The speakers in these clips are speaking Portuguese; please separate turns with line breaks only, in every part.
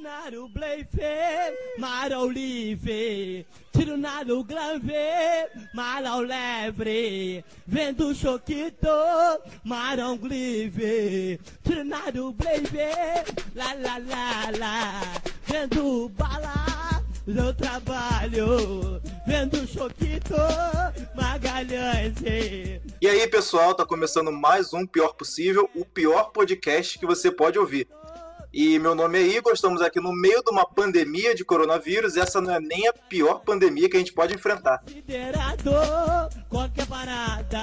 나루 블레이페 마라우 리베 Tirunado grave, marão lebre, vendo choquito, marão grive, Tirunado breve, la la la la, vendo bala, eu trabalho, vendo choquito, magalhães.
E aí, pessoal, tá começando mais um Pior Possível, o pior podcast que você pode ouvir. E meu nome é Igor, estamos aqui no meio de uma pandemia de coronavírus. Essa não é nem a pior pandemia que a gente pode enfrentar.
Considerado qualquer parada,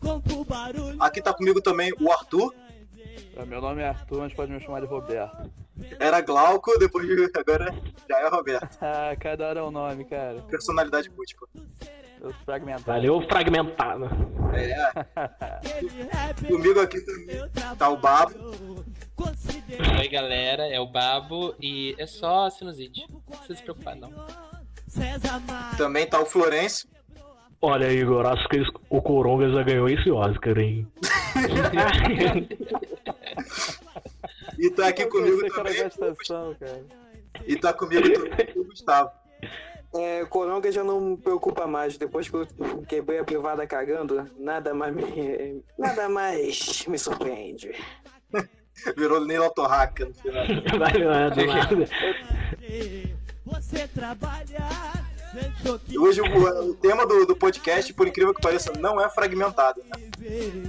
compro barulho.
Aqui tá comigo também o Arthur,
Meu nome é Arthur, mas pode me chamar de Roberto.
era Glauco, depois de- agora já é Roberto.
Ah, cada hora é um nome, cara.
Personalidade múltipla.
Eu sou fragmentado.
Valeu, fragmentado.
É,
Aquele rap
comigo aqui também
eu trabalho.
tá o Babo.
Considerado
Oi, galera, é o Babo e é só sinusite. Não precisa se preocupar, não.
César Maia.
Também tá o Florencio.
Olha, Igor, acho que esse- o Coronga já ganhou esse Oscar, hein?
E tá aqui comigo
Você, cara,
também.
presta atenção, cara.
E tá comigo também o Gustavo.
É, Coronga já não me preocupa mais. Depois que eu quebrei a privada cagando, nada mais me, nada mais me surpreende.
Virou Nilo Torraca no final.
Valeu, é, nada, nada.
Você trabalha, vendo
E
choquito,
hoje o, o tema do, do podcast, por incrível que pareça, não é fragmentado. né?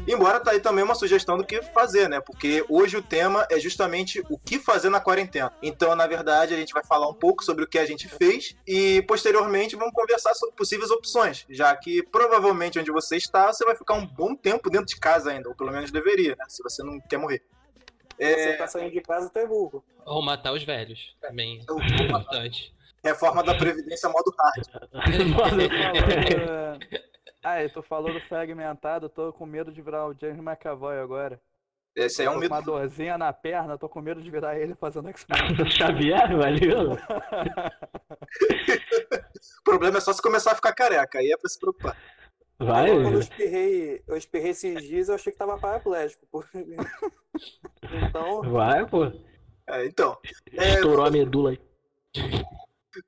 Embora tá aí também uma sugestão do que fazer, né? Porque hoje o tema é justamente o que fazer na quarentena. Então, na verdade, a gente vai falar um pouco sobre o que a gente fez e posteriormente vamos conversar sobre possíveis opções, já que provavelmente onde você está, você vai ficar um bom tempo dentro de casa ainda, ou pelo menos deveria, né? Se você não quer morrer.
Você tá saindo de casa, tu é burro.
Ou matar os velhos. Também
Então,
é importante.
reforma da Previdência modo hard.
Falando, eh, Ah, eu tô falando fragmentado, tô com medo de virar o James McAvoy agora.
Esse aí é
Tô
um
com uma
mito.
dorzinha na perna, tô com medo de virar ele fazendo X-Men.
Xavier, valeu.
O problema é só se começar a ficar careca, aí é pra se preocupar.
Vai.
Quando eu espirrei, eu espirrei esses dias, eu achei que tava paraplégico. pô. Então,
Vai, pô.
É, então,
Estourou a medula aí.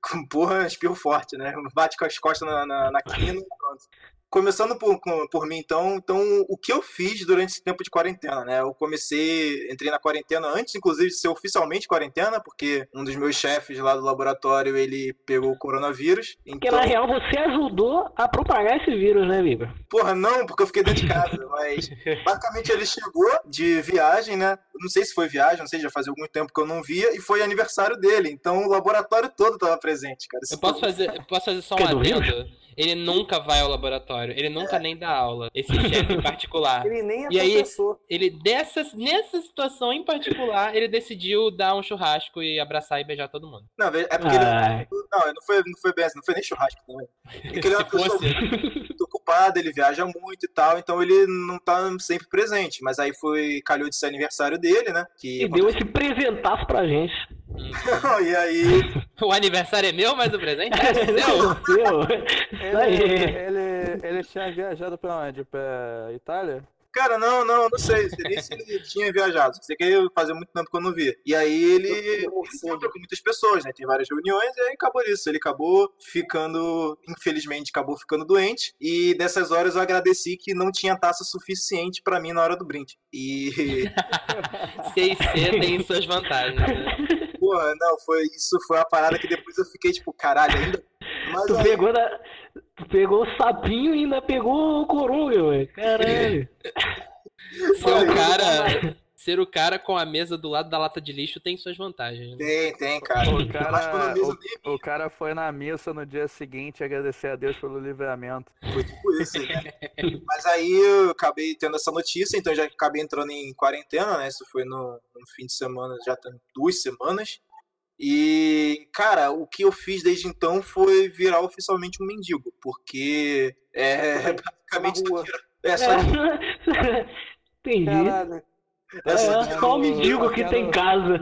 com porra, espirro forte, né? Bate com as costas na, na, na quina e pronto. Começando por, com- por mim, então, então, o que eu fiz durante esse tempo de quarentena, né? Eu comecei, entrei na quarentena antes, inclusive, de ser oficialmente quarentena, porque um dos meus chefes lá do laboratório, ele pegou o coronavírus.
Porque
Então,
na real você ajudou a propagar esse vírus, né, Igor?
porra, não, porque eu fiquei dentro de casa, mas basicamente ele chegou de viagem, né? Não sei se foi viagem, não sei, já fazia algum tempo que eu não via, e foi aniversário dele, então o laboratório todo tava presente, cara. Isso
Eu posso fazer, eu posso fazer só um
Quer do vírus?
adendo? Ele nunca vai ao laboratório, ele nunca nem dá aula. Esse chefe em particular.
ele nem é
E aí-
professor.
Ele, dessa, nessa situação em particular, ele decidiu dar um churrasco e abraçar e beijar todo mundo.
Não, é
Ah,
porque ele
Ai,
Não, não foi, não foi bem assim, não foi nem churrasco também. É que ele é uma
Se
pessoa
fosse-
muito ocupada, ele viaja muito e tal, então ele não tá sempre presente. Mas aí foi, calhou de ser aniversário dele, né? Que
e deu esse presentaço pra gente.
e aí,
O aniversário é meu, mas o presente é seu.
Meu, isso aí.
Ele, ele, ele tinha viajado pra onde? Pra Itália?
cara, não, não, não sei, nem se ele tinha viajado. Sei que ele fazia muito tempo que eu não via. E aí ele
assim,
encontra com muitas pessoas, né? Tem várias reuniões, e aí acabou isso. Ele acabou ficando, infelizmente, acabou ficando doente. E dessas horas eu agradeci que não tinha taça suficiente pra mim na hora do brinde. E.
CIC tem suas vantagens. né?
Porra, não, foi isso, foi a parada que depois eu fiquei tipo, caralho, ainda. Mas
Tu
aí,
pegou, da... tu pegou o sapinho e ainda pegou o coronga, velho. Caralho.
Ser o cara. Ser o cara com a mesa do lado da lata de lixo tem suas vantagens. né?
tem, tem, cara.
O
Mas quando a
cara,
mesa
o- o cara foi na missa no dia seguinte agradecer a Deus pelo livramento.
nem foi tipo isso, né? Mas aí eu acabei tendo essa notícia, então já acabei entrando em quarentena, né? Isso foi no, no fim de semana, já tem duas semanas. E, cara, o que eu fiz desde então foi virar oficialmente um mendigo, porque é basicamente
Na
só
rua.
tirar. É, só,
Entendi.
Caralho.
é só
É,
tirar-
um só o mendigo que tem casa.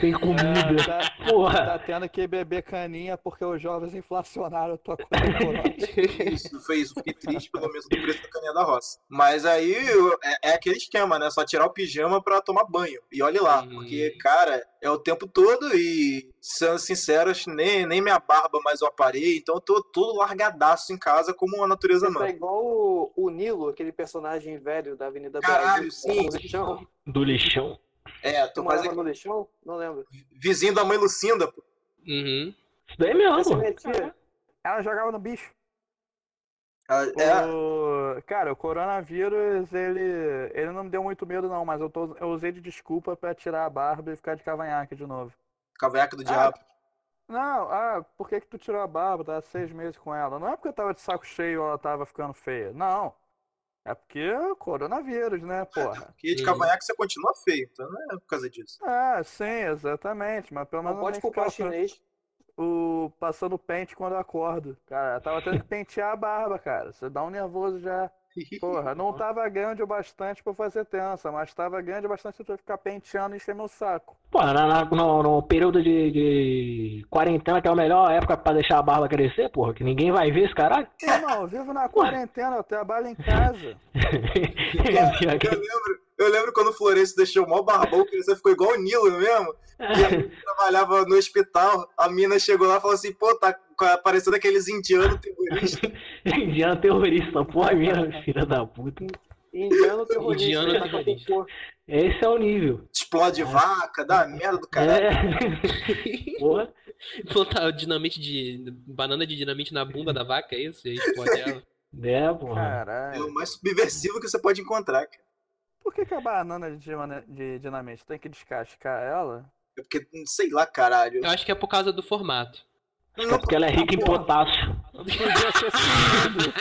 Tem
é,
comida.
tá,
Porra.
tá tendo que beber caninha porque os jovens inflacionaram a tua conta de corote.
Isso foi isso, fiquei triste pelo menos do preço da caninha da roça. Mas aí eu- é, é aquele esquema, né? Só tirar o pijama pra tomar banho. E olhe lá,
Hum.
porque, cara, é o tempo todo e, sendo sincero, acho que nem, nem minha barba mais eu aparei, então eu tô todo largadaço em casa como a natureza
Isso é
manda.
igual o, o Nilo, aquele personagem velho da Avenida
Caralho,
Brasil.
sim.
No lixão.
Do lixão.
É, tô
Tu
quase
morava no lixão? Não lembro.
vizinho da mãe Lucinda, pô.
Uhum.
Isso daí
Essa é
mesmo.
minha tia.
Ela jogava no bicho.
Ela- é,
O- Cara, o coronavírus, ele... ele não me deu muito medo, não, mas eu, tô... eu usei de desculpa pra tirar a barba e ficar de cavanhaque de novo.
cavanhaque do diabo.
Não, ah, por que que tu tirou a barba? Tava seis meses com ela. Não é porque eu tava de saco cheio ou ela tava ficando feia. Não. É porque coronavírus, né, porra?
Porque de
Uhum.
cavanhaque você continua feio, então não é por causa disso.
Ah, sim, exatamente. Mas pelo menos
Não
eu
pode
nem
culpar
ficava
chinês.
o passando pente quando eu acordo. Cara, eu tava tendo que pentear a barba, cara. Você dá um nervoso já. Porra, não tava grande o bastante pra eu fazer trança, mas tava grande o bastante pra eu ficar penteando e encher meu saco.
Porra, na, na- no, no período de, de quarentena, que é a melhor época pra deixar a barba crescer, porra, que ninguém vai ver esse caralho.
Irmão, eu vivo na quarentena, eu trabalho em casa.
Eu lembro, eu lembro quando o Florencio deixou o maior barbão, que você ficou igual o Nilo, não é mesmo? E a gente trabalhava no hospital, a mina chegou lá e falou assim, pô, tá ca- parecendo aqueles indianos terroristas.
Indiano terrorista, porra minha filha da puta.
Indiano terrorista.
Indiano
tá com
terrorista.
cocô.
Esse é o nível.
Explode vaca, dá merda do caralho.
É. Porra.
Botar dinamite de. banana de dinamite na bunda da vaca, é isso? E aí explode ela.
É, porra.
É o
Caralho.
mais subversivo que você pode encontrar, cara.
Por que, que a banana de, dima- de dinamite tem que descascar ela?
É porque, sei lá, caralho.
Eu acho que é por causa do formato.
É porque ela é rica em potássio.
Podia ser cilindro.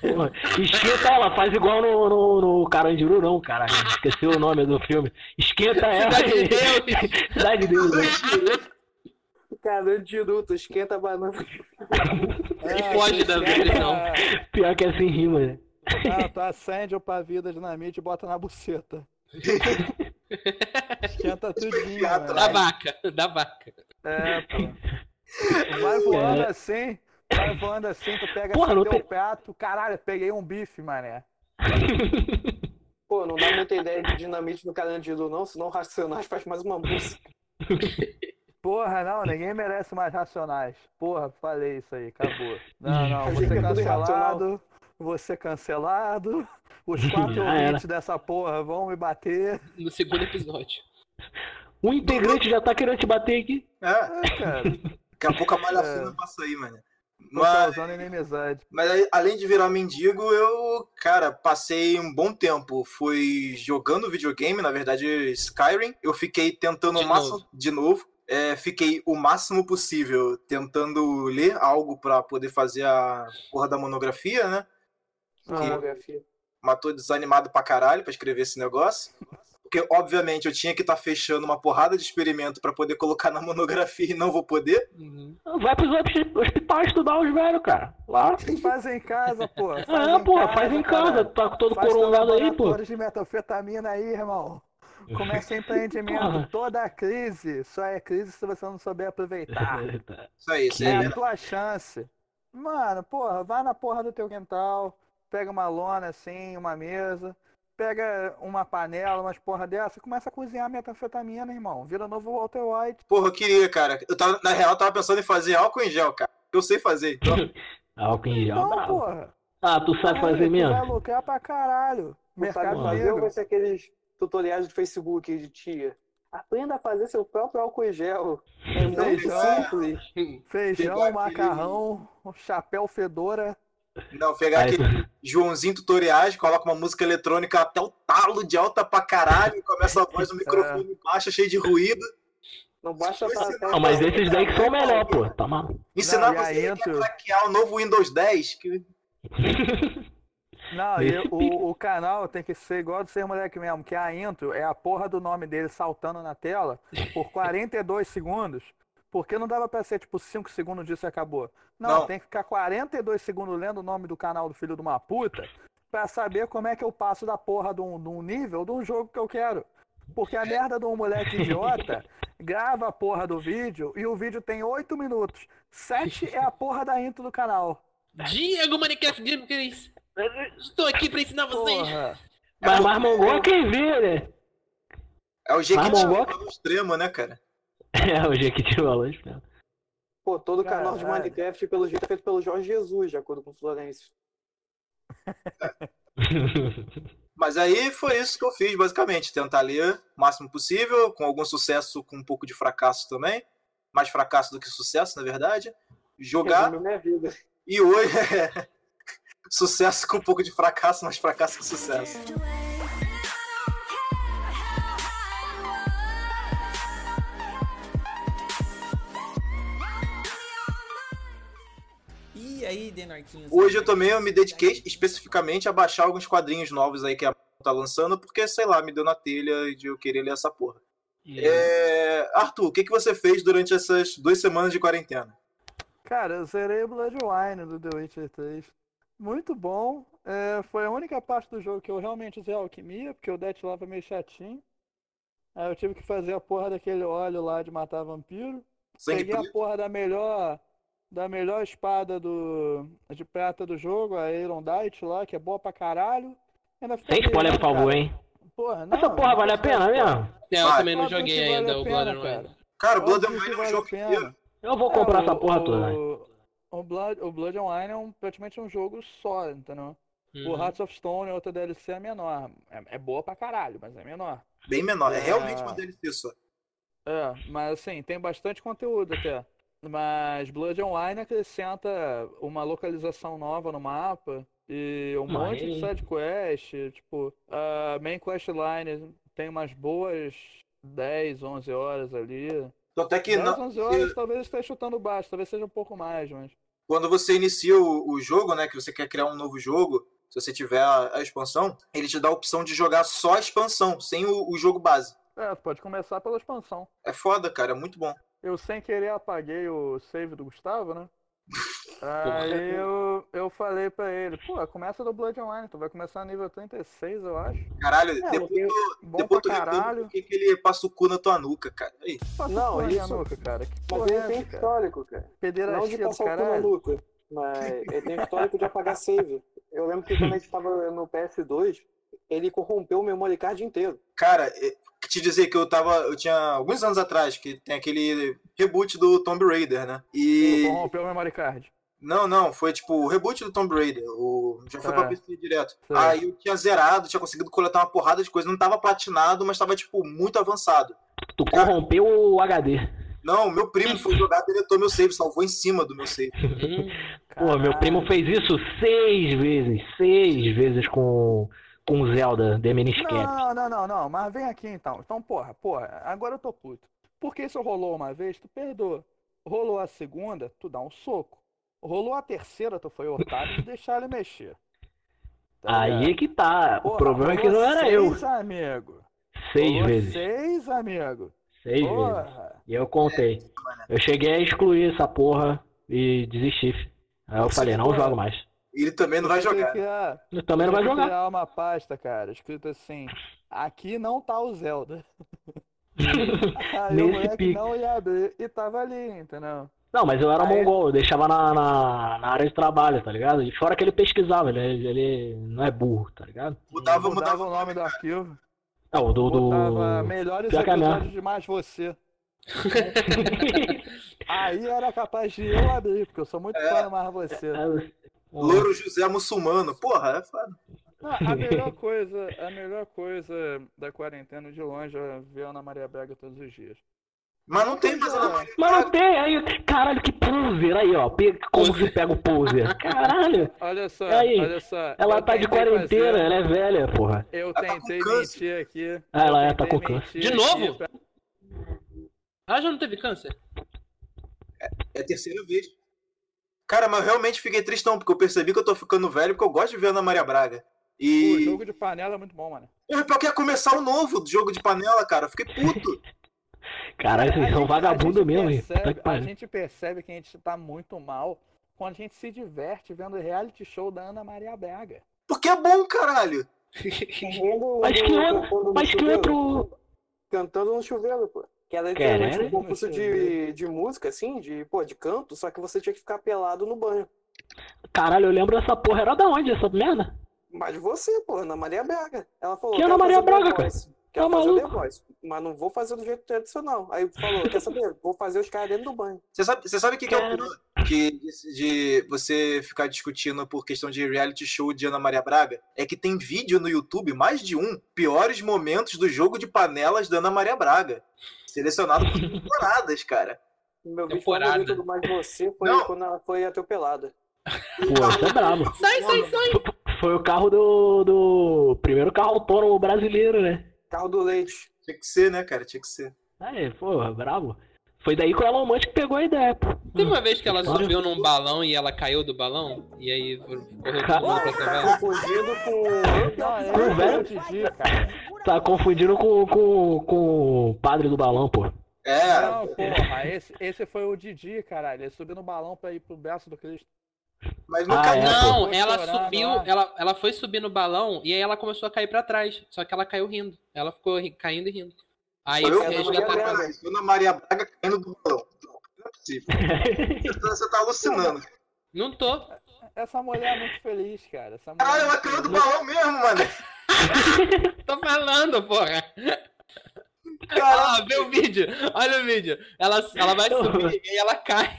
Porra. Esquenta ela, faz igual no, no, no Carandiru, não, caralho. Esqueci o nome do filme. Esquenta
É.
ela. Cidade de
Cidade de Deus!
Deus, né?
Cara, de luto, esquenta a banana.
Ah,
foge da
esquenta-
vida, então.
Pior que é sem rima, né?
Ah, tu acende o pavio da dinamite e bota na buceta. Esquenta tudinho.
Espetar
mano.
Da vaca, da vaca.
É, pô. Vai voando assim, vai voando assim, tu pega
Porra,
assim,
não
teu
tem-
prato, caralho, peguei um bife, mané.
Pô, não dá muita ideia de dinamite no Carandiru, não, senão o Racionais faz mais uma música.
Porra, não, ninguém merece mais racionais. Porra, falei isso aí, acabou. Não, não,
Achei que
você
era tudo
cancelado, você cancelado, os quatro
Já era.
ouvintes dessa porra vão me bater.
No segundo episódio.
Um integrante já tá querendo te bater aqui.
É,
Ah, cara, tô
daqui a pouco a malha
É.
fina passa aí, mano. Mas,
causando inimizade.
mas aí, além de virar mendigo, eu, cara, passei um bom tempo. Fui jogando videogame, na verdade, Skyrim. Eu fiquei tentando
De
o máximo de novo. É, fiquei o máximo possível tentando ler algo pra poder fazer a porra da monografia, né?
Ah,
Pornografia.
Matou desanimado pra caralho pra escrever esse negócio. Porque, obviamente, eu tinha que estar fechando uma porrada de experimento pra poder colocar na monografia e não vou poder.
Uhum.
Vai pros hosp- hospitais estudar os velhos, cara. Lá.
faz em casa, porra. Faz
Ah,
em
porra,
casa,
faz em casa.
caralho.
Tá todo
Faz teu
coronado aí, pô.
laboratório de metanfetamina aí, irmão. Começa empreendimento.
Porra.
Toda a crise só é crise se você não souber aproveitar.
Tá.
Isso aí, isso aí.
É
né?
a tua chance. Mano, porra, vai na porra do teu quintal, pega uma lona assim, uma mesa, pega uma panela, umas porra dessa, e começa a cozinhar metanfetamina, irmão. Vira novo Walter White.
Porra, eu queria, cara. Eu tava, na real, eu tava pensando em fazer álcool em gel, cara. Eu sei fazer, então.
Álcool em gel.
Então,
dá.
porra.
Ah, tu sabe
Caralho,
fazer
tu
mesmo?
vai lucrar pra caralho.
Não sabe
Mercado
fazer ou
negro.
vai ser aqueles tutoriais do Facebook de tia? Aprenda a fazer seu próprio álcool em gel. É muito
Feijão.
simples.
Pegou
Feijão,
aquele-
macarrão, um chapéu fedora.
Não, pegar
Aí,
aquele Joãozinho tutoriais, coloca uma música eletrônica até o talo de alta pra caralho, começa a voz
É.
no microfone baixa, cheio de ruído.
Não baixa pra até
Não, mas esses daí que são o melhor, pô. Tá maluco.
Ensinar
Não, e aí
você a
entra-
hackear o novo Windows 10. Que... é
Não, e
Nesse
o, o canal tem que ser igual do ser moleque mesmo, que a intro é a porra do nome dele saltando na tela por 42 segundos. Porque não dava pra ser tipo 5 segundos disso e acabou. Não,
Não.
tem que ficar 42 segundos lendo o nome do canal do filho de uma puta. pra saber como é que eu passo da porra de um, de um nível de um jogo que eu quero. Porque a merda de um moleque idiota grava a porra do vídeo e o vídeo tem 8 minutos. 7 é a porra da intro do canal.
Diego Manicast Games. Estou aqui pra ensinar vocês.
Porra.
Mas Marmongol é quem vê, né?
É o Jequitinhonha
Marmongol?
no extremo, né, cara?
É o Jequiti Valente mesmo.
Pô, todo o canal de
Caralho.
Minecraft, pelo jeito, é feito pelo Jorge Jesus, de acordo com o Florencio.
Mas aí foi isso que eu fiz, basicamente. Tentar ler o máximo possível, com algum sucesso, com um pouco de fracasso também. Mais fracasso do que sucesso, na verdade. Jogar.
Resumiu minha vida.
E hoje é sucesso com um pouco de fracasso, mas fracasso com sucesso.
E aí, Denarquinhos?
Hoje eu também eu me dediquei especificamente a baixar alguns quadrinhos novos aí que a Amazon tá lançando, porque, sei lá, me deu na telha de eu querer ler essa porra. É, Arthur, o que, que você fez durante essas duas semanas de quarentena?
Cara, eu zerei o Bloodwine do The Witcher 3. Muito bom. É, foi a única parte do jogo que eu realmente usei alquimia, porque o Death Lava é meio chatinho. Aí eu tive que fazer a porra daquele óleo lá de matar vampiro.
Sangue
Peguei a
preto?
porra da melhor da melhor espada do de prata do jogo, a Erondite lá, que é boa pra caralho. Ainda fica
Sem spoiler, por favor, hein?
Porra, não,
né, Essa porra
não
vale a
vou
pena né?
falar spoiler.
mesmo?
É, eu
Vai.
também não
Óbvio que
joguei
vale
ainda
a
o
pena,
Blood and
cara.
Wine.
Cara, Blood and
Óbvio que
Wine é um
vale a
jogo
pena.
inteiro.
Eu vou comprar
É,
essa
o-
porra
o-
toda. né?
O Blood, o Blood Online é um, praticamente um jogo só, entendeu? O
Uhum.
Hearts of Stone, a outra DLC, é menor. É, é boa pra caralho, mas é menor.
Bem menor. É realmente
Ah.
uma DLC só.
É, mas assim, tem bastante conteúdo até. Mas Blood Online acrescenta uma localização nova no mapa e um monte de
Maneiro, hein?
side quest, tipo, a main quest line tem umas boas 10, 11 horas ali.
Então, até que
10,
na-
11 horas talvez esteja chutando baixo, talvez seja um pouco mais, mas
quando você inicia o, o jogo, né, que você quer criar um novo jogo, se você tiver a, a expansão, ele te dá a opção de jogar só a expansão, sem o, o jogo base.
é, pode começar pela expansão.
É foda, cara, é muito bom.
Eu sem querer apaguei o save do Gustavo, né? Aí eu, eu falei pra ele, pô, começa do Blood Online, tu vai começar no nível 36, eu acho.
Caralho,
É,
depois,
eu- Bom
depois tu
pra
reclama
caralho.
por que que ele passa o cu na tua nuca, cara. Aí,
Passa
Não,
não,
isso-
nuca, cara. Que
Mas
porra é
ele tem
essa, cara?
histórico, cara. Não de
Pederastia do
passar o cu na
caralho.
nuca, mas ele tem histórico de apagar save. Eu lembro que quando a gente tava no PS2, ele corrompeu o memory card inteiro.
cara, é, te dizer que eu tava, eu tinha alguns anos atrás que tem aquele reboot do Tomb Raider, né? E
Vou romper o memory card.
Não, não, foi tipo o reboot do Tomb Raider. O... Já foi pra
Tá.
PC direto.
Sei.
Aí eu tinha zerado, tinha conseguido coletar uma porrada de coisa. Não tava platinado, mas tava, tipo, muito avançado.
Tu corrompeu o HD.
Não, meu primo foi jogar, deletou meu save, salvou em cima do meu save.
Hum,
Pô, meu primo fez isso seis vezes. Seis vezes com, com Zelda, The Minish Cap.
Não, tá não, não, não, mas vem aqui então. Então, porra, porra, agora eu tô puto. Porque se rolou uma vez, tu perdoa. Rolou a segunda, tu dá um soco. Rolou a terceira, tu foi otário de deixar ele mexer. Tá
Aí
ligado?
é que tá. O
Porra,
problema é que
rolou
não era eu.
Seis, amigo.
Seis
Rolou
vezes.
Seis, amigo.
Seis vezes.
Porra.
E eu contei.
É,
Eu cheguei a excluir essa porra e desisti. Aí eu falei, não jogo mais.
Ele também não vai
Você tem
jogar.
que, ah,
Eu também não vai
Tem que
jogar.
criar uma pasta, cara, escrito assim: aqui não tá o Zelda. Aí o
Nesse
moleque
pique.
não ia abrir e tava ali, entendeu?
Não, mas eu era
Aí- é
mongol, eu deixava na, na, na área de trabalho, tá ligado? E fora que ele pesquisava, ele, ele não é burro, tá ligado?
Mudava,
Mudava
mudava.
o nome do arquivo,
Não, o do. do...
botava melhores
Pior que é
episódios
mesmo.
de Mais Você. Aí era capaz de eu abrir, porque eu sou muito fã do Mais Você.
É.
Louro José muçulmano. Porra, é foda.
Não, a melhor coisa, a melhor coisa da quarentena de longe é ver a Ana Maria Braga todos os dias.
Mas não tem mais nada mais.
Mas não tem, aí, caralho, que poser aí, ó. pe- Como se pega o poser? Caralho,
Olha só,
E aí?
olha só.
ela
eu
tá de
tentei fazer-
quarentena, ela é velha, porra.
Eu
tá com
tentei
câncer.
mentir aqui.
Ah,
eu
ela é, tá
tentei
com câncer.
mentir
De
aqui
novo?
pra-
Ela Ah, já não teve câncer?
É a terceira vez. Cara, mas eu realmente fiquei tristão, porque eu percebi que eu tô ficando velho, porque eu gosto de ver Ana Maria Braga.
O
E.
jogo de panela é muito bom, mano.
Porra, pior que ia começar o novo do jogo de panela, cara. Eu fiquei puto.
Caralho, vocês são vagabundo mesmo, hein? Puta que
Percebe, a
pariu.
gente percebe que a gente tá muito mal quando a gente se diverte vendo o reality show da Ana Maria Braga.
Porque é bom, caralho.
Mas que é, mas que é pro.
Cantando no chuveiro, pô. Que era
Caralho.
literalmente um concurso de, de música, assim, de, pô, de canto, só que você tinha que ficar pelado no banho.
Caralho, eu lembro dessa porra. Era da onde essa merda?
Mas você, pô, Ana Maria Braga. Ela falou.
Que
"Quero
Ana Maria
fazer o The
Braga, cara?
Voice. Quero
Tá
fazer o The
maluco?
Voice, mas não vou fazer do jeito tradicional. Aí falou, quer saber? Vou fazer os caras dentro do banho.
Você sabe, você sabe o que, que é o pior? Que de, de você ficar discutindo por questão de reality show de Ana Maria Braga? É que tem vídeo no YouTube, mais de um, piores momentos do jogo de panelas da Ana Maria Braga. Selecionado por temporadas, cara.
Meu vídeo
Temporada.
favorito do Mais Você foi
Não.
quando ela foi atropelada.
Pô, você é brabo.
Sai, sai, sai!
Foi o carro do, do. Primeiro carro autônomo brasileiro, né?
Carro do leite.
Tinha que ser, né, cara? Tinha que ser.
Aí, porra, brabo. Foi daí que o Elon Musk pegou a ideia, pô.
Teve uma vez que ela
Claro.
subiu num balão e ela caiu do balão? E aí correu todo mundo pra salvar
Tá
ela?
confundido com.
Não, é
Não, velho.
o Didi, cara.
Tá confundindo com, com, com o padre do balão, pô.
É,
Não, porra, esse, esse foi o Didi, caralho. Ele subiu no balão pra ir pro braço do Cristo.
mas nunca.
Ah, é?
Não,
pô.
ela
Chorando
subiu,
lá.
ela, ela foi subir no balão e aí ela começou a cair pra trás. Só que ela caiu rindo. Ela ficou ri- caindo e rindo. Aí tá
Foi eu
foi
Ana
mesmo,
resgatar
Maria
com a-
cara. Ana Maria Braga caindo do balão. Não, não é possível. Você tá- Você tá alucinando.
Não tô.
Essa mulher é muito feliz, cara. Essa mulher
Caralho,
é
ela
muito
caiu do
feliz.
balão mesmo, mano.
Tô falando, porra. Olha
Caralho.
lá, vê o vídeo. Olha o vídeo. Ela, ela vai subir e aí ela cai.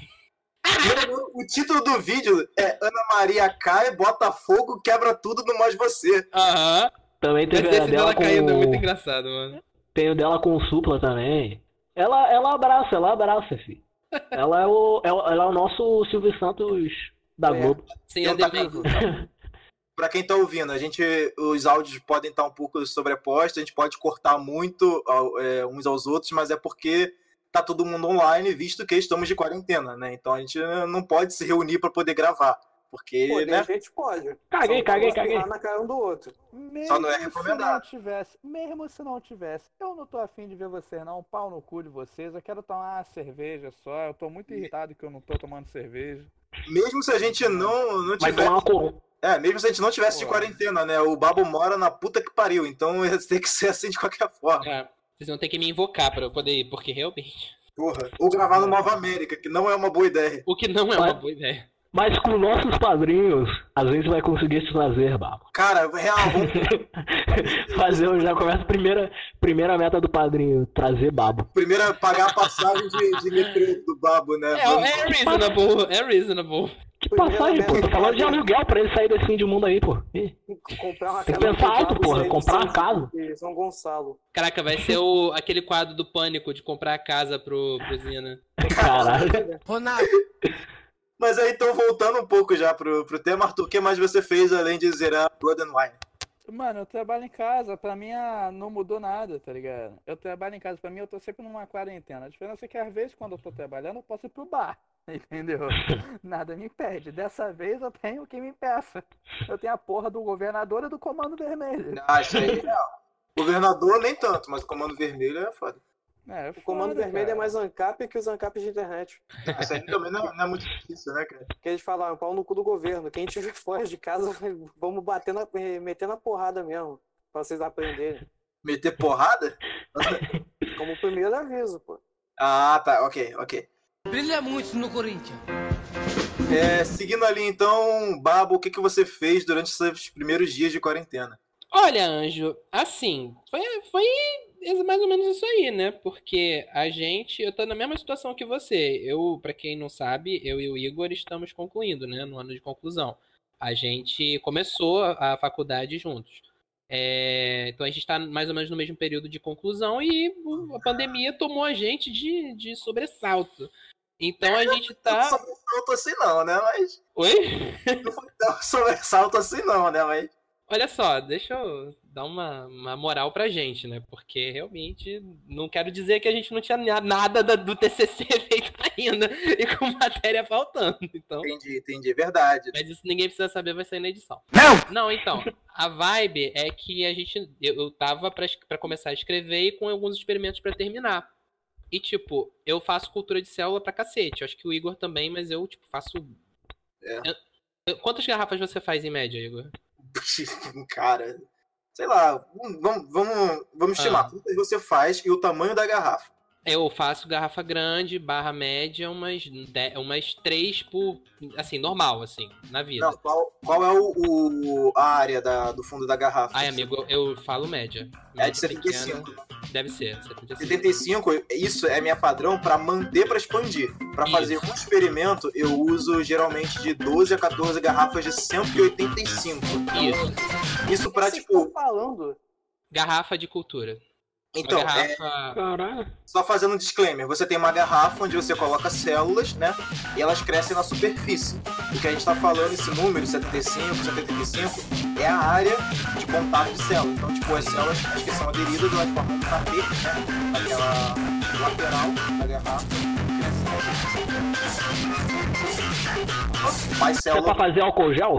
Mano, O título do vídeo é Ana Maria cai, bota fogo, quebra tudo no mais você.
Aham.
Também
Mas
teve a
esse
dela
dela
com.
caindo é muito engraçado, mano.
Tem o dela com o supla também. Ela, ela abraça, ela abraça, filho. Ela é o, ela, ela é o nosso Silvio Santos da
É.
Globo.
Sem a
Não tá
defesa.
Pra quem tá ouvindo, a gente, os áudios podem estar um pouco sobrepostos, a gente pode cortar muito ó, é, uns aos outros, mas é porque tá todo mundo online, visto que estamos de quarentena, né? Então a gente não pode se reunir pra poder gravar, porque,
Pô,
né?
a gente pode.
Caguei, caguei,
Só pode
caguei.
espirrar na cara um do outro.
Mesmo
Só não é
Se não
recomendado.
tivesse, mesmo se não tivesse, eu não tô afim de ver vocês, não. Pau no cu de vocês. Eu quero tomar uma cerveja só. Eu tô muito irritado que eu não tô tomando cerveja.
Mesmo se a gente não, não
Vai
tiver,
tomar uma coroa.
é, mesmo se a gente não tivesse de
Pô.
quarentena, né? O babo mora na puta que pariu, então tem que ser assim de qualquer forma.
É, Vocês vão ter que me invocar pra eu poder ir, porque realmente.
Porra, ou gravar no Nova América, que não é uma boa ideia.
O que não é uma
Vai.
boa ideia.
Mas com nossos padrinhos, a gente vai conseguir se fazer, babo.
Cara, real, vamos-
fazer, eu já começa a primeira, primeira meta do padrinho, trazer babo.
primeiro é pagar a passagem de, de metrô do Babo, né?
É,
Vamos-
é reasonable, é reasonable.
Que
Primeira
passagem, pô. Tô
meta do
falando de
padrinho.
aluguel pra ele sair desse fim de mundo aí, pô. Ih,
Comprar uma
Tem que
casa
pensar
pro
alto,
Thiago
porra,
sair de
comprar
São-
uma casa.
de São Gonçalo.
Caraca, vai ser o, aquele quadro do pânico de comprar a casa pro, né? pro Zina.
Caralho.
Ronaldo,
Mas aí, então, voltando um pouco já pro, pro tema, Arthur, o que mais você fez além de zerar Blood and Wine?
Mano, eu trabalho em casa, pra mim ah, não mudou nada, tá ligado? Eu trabalho em casa, pra mim eu tô sempre numa quarentena. A diferença é que às vezes quando eu tô trabalhando eu posso ir pro bar, entendeu? Nada me impede. Dessa vez eu tenho o que me impeça. Eu tenho a porra do governador e do comando vermelho.
Ah, isso aí é real. Governador, nem tanto, mas o Comando Vermelho é foda.
É,
O Comando
foda,
Vermelho é
cara.
mais ANCAP que os ANCAPs de internet.
Isso aí também não, não é muito difícil, né, cara?
Que eles falam, "Ah, pau no cu do governo. Quem tiver fora de casa, vamos bater na, eh, meter na porrada mesmo. Pra vocês aprenderem.
Meter porrada?
Como primeiro aviso, pô.
Ah, tá, ok, ok.
brilha muito no Corinthians.
É, seguindo ali, então, Babo, o que, que você fez durante seus primeiros dias de quarentena?
Olha, Anjo, assim, foi, foi mais ou menos isso aí, né? Porque a gente, eu tô na mesma situação que você. Eu, pra quem não sabe, eu e o Igor estamos concluindo, né? No ano de conclusão. A gente começou a a faculdade juntos. É, então a gente tá mais ou menos no mesmo período de conclusão e o- a pandemia tomou a gente de, de sobressalto. Então a gente
Não
tá.
sobressalto assim não, né? Mas.
Oi?
Não sobressalto assim não, né? Mas.
Olha só, deixa eu dar uma, uma moral pra gente, né? Porque realmente não quero dizer que a gente não tinha na- nada da- do TCC feito ainda e com matéria faltando. Então,
Entendi, entendi, é verdade.
mas isso ninguém precisa saber, vai sair na edição.
Não!
Não, então, a vibe é que a gente eu, eu tava pra es- pra começar a escrever e com alguns experimentos pra terminar. E tipo, eu faço cultura de célula pra cacete. Acho que o Igor também, mas eu tipo faço
É.
Eu- eu- Quantas garrafas você faz em média, Igor?
Cara, sei lá, vamos, vamos, vamos
Ah.
estimar quantas você faz e o tamanho da garrafa.
Eu faço garrafa grande, barra média, umas, de- umas três por. Assim, normal, assim, na vida.
Não, qual, qual é o, o- a área da- do fundo da garrafa?
Ai, amigo, eu falo média.
É
Média
de 75.
pequena, Deve ser, 75.
75, isso é minha padrão pra manter pra expandir. Pra
Isso.
fazer um experimento, eu uso geralmente de 12 a 14 garrafas de 185.
Isso.
Isso pra,
Vocês estão
tipo,
falando?
Garrafa de cultura.
então,
Uma
é,
garrafa.
Caralho.
só fazendo um disclaimer, você tem uma garrafa onde você coloca células, né? E elas crescem na superfície. O que a gente tá falando, esse número, 75, 75, é a área de contato de células. Então, tipo, as células as que são aderidas, elas formam um tapete, né? Naquela lateral da garrafa. Crescem. Mais
É pra
tá
células.
fazer álcool gel?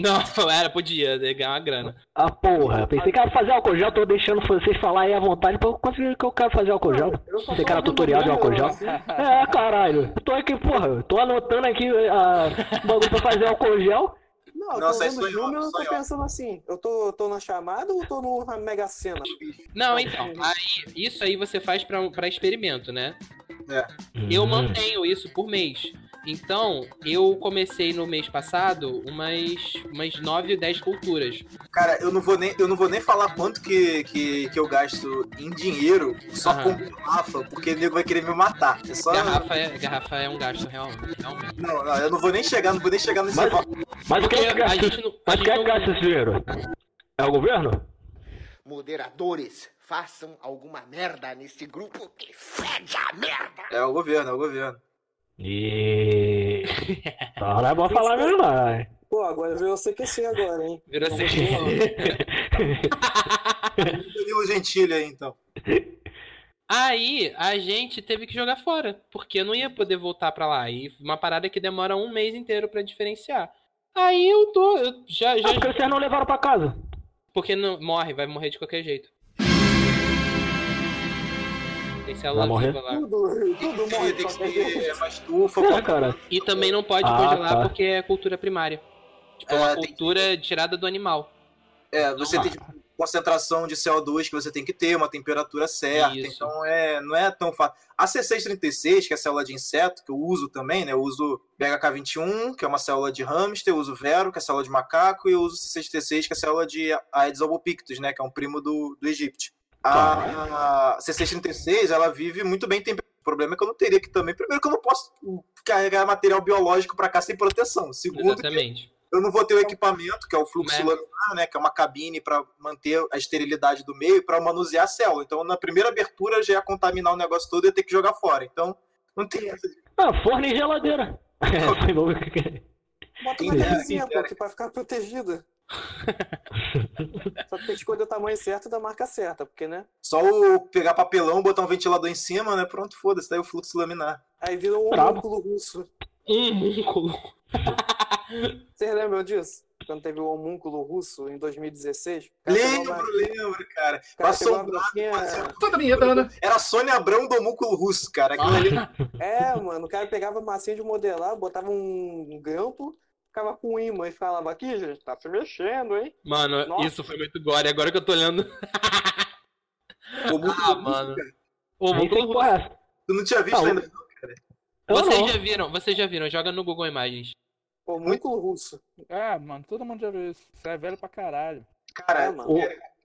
Não, era, podia né, ganhar uma grana.
Ah, porra. Pensei que era fazer álcool gel, tô deixando vocês falar aí à vontade pra eu conseguir que eu quero fazer álcool gel. Você quer tutorial de álcool gel? É, caralho. Tô aqui, porra. Tô anotando aqui ah, o bagulho pra fazer álcool gel.
Não, eu
Nossa,
tô
é
vendo os
sonhou,
números, eu tô
sonhou.
pensando assim, eu tô, tô na chamada ou tô no- na Mega Sena?
Não, então, aí, isso aí você faz pra, pra experimento, né? Eu
mando.
mantenho isso por mês. Então, eu comecei no mês passado umas, umas 9, 10 culturas.
Cara, eu não vou nem, eu não vou nem falar quanto que, que, que eu gasto em dinheiro só
Aham.
com garrafa, porque o nego vai querer me matar. É só.
Garrafa é, garrafa é um gasto real, realmente.
Não, não, eu não vou nem chegar, não vou nem chegar nesse
Mas-
valor.
Mas o que é que
a
gasta,
gente não. a
mas
gente
quem é que
não-
gasta esse dinheiro? É o governo?
Moderadores, façam alguma merda nesse grupo que fede a merda!
É o governo, é o governo.
E... Então não é bom falar mesmo, não. hein?
Pô, agora virou CQC agora, hein?
Virou
Não,
CQC.
Danilo Gentili aí, então.
Aí a gente teve que jogar fora, porque não ia poder voltar pra lá. E uma parada que demora um mês inteiro pra diferenciar. Aí eu tô. Eu já, já,
Ah, porque vocês não levaram pra casa.
porque não morre, vai morrer de qualquer jeito. Esse é a
Vai morrer?
lá.
Tudo, tudo
Tem que,
morre. de
tem que
qualquer jeito.
ser mais tufa,
É, cara.
E também não pode
Ah,
congelar
tá.
porque é cultura primária. Tipo, é uma
É, tem-
cultura tirada do animal.
é, você
Não,
tem tipo, concentração de CO2 que você tem que ter, uma temperatura certa,
Isso.
então é, não é tão fácil. A C636, que é a célula de inseto, que eu uso também, né? Eu uso BHK21, que é uma célula de hamster, eu uso Vero, que é a célula de macaco, e eu uso C636, que é a célula de Aedes albopictus, né? Que é um primo do, do Egito. A,
Tá.
a C636, ela vive muito bem temperada. O problema é que eu não teria que também. Primeiro, que eu não posso carregar material biológico para cá sem proteção. Segundo, que
Exatamente.
eu não vou ter o equipamento, que é o fluxo
Como é?
laminar, né? Que é uma cabine para manter a esterilidade do meio para manusear a célula. Então, na primeira abertura já ia contaminar o negócio todo e ia ter que jogar fora. Então, não tem essa. de-
Ah, forno e geladeira. Foi bom que-
Bota uma
Sim,
camisinha,
sim,
pô, que pra ficar protegida. Só que tem que escolher o tamanho certo da marca certa, porque, né?
Só o pegar papelão, botar um ventilador em cima, né? Pronto, foda-se, daí o fluxo laminar.
Aí virou um
Brabo.
homúnculo russo.
Um múnculo.
Vocês lembram disso? Quando teve o homúnculo russo em 2016? O cara pegou
Lembro,
uma- o
lembro, cara.
cara
Passou um
pegou uma massinha-
Era a Sônia Abrão do homúnculo russo, cara. Aquilo ali-
É, mano, o cara pegava massinha de modelar, botava um grampo, ficava com um imã e falava aqui, gente, tá se mexendo, hein?
Mano,
Nossa.
isso foi muito gore. Agora que eu tô olhando.
o homúnculo
Ah,
russo,
mano.
cara.
Ô,
Aí tem
múnculo
que
russo.
porra essa.
Tu não tinha visto
Ah,
ainda?
Eu
Vocês
não.
já viram, vocês já viram, joga no Google Imagens.
Homúnculo russo.
Ah, mano, todo mundo já viu isso. Você é velho pra caralho.
É,
Cara,
mano.
O,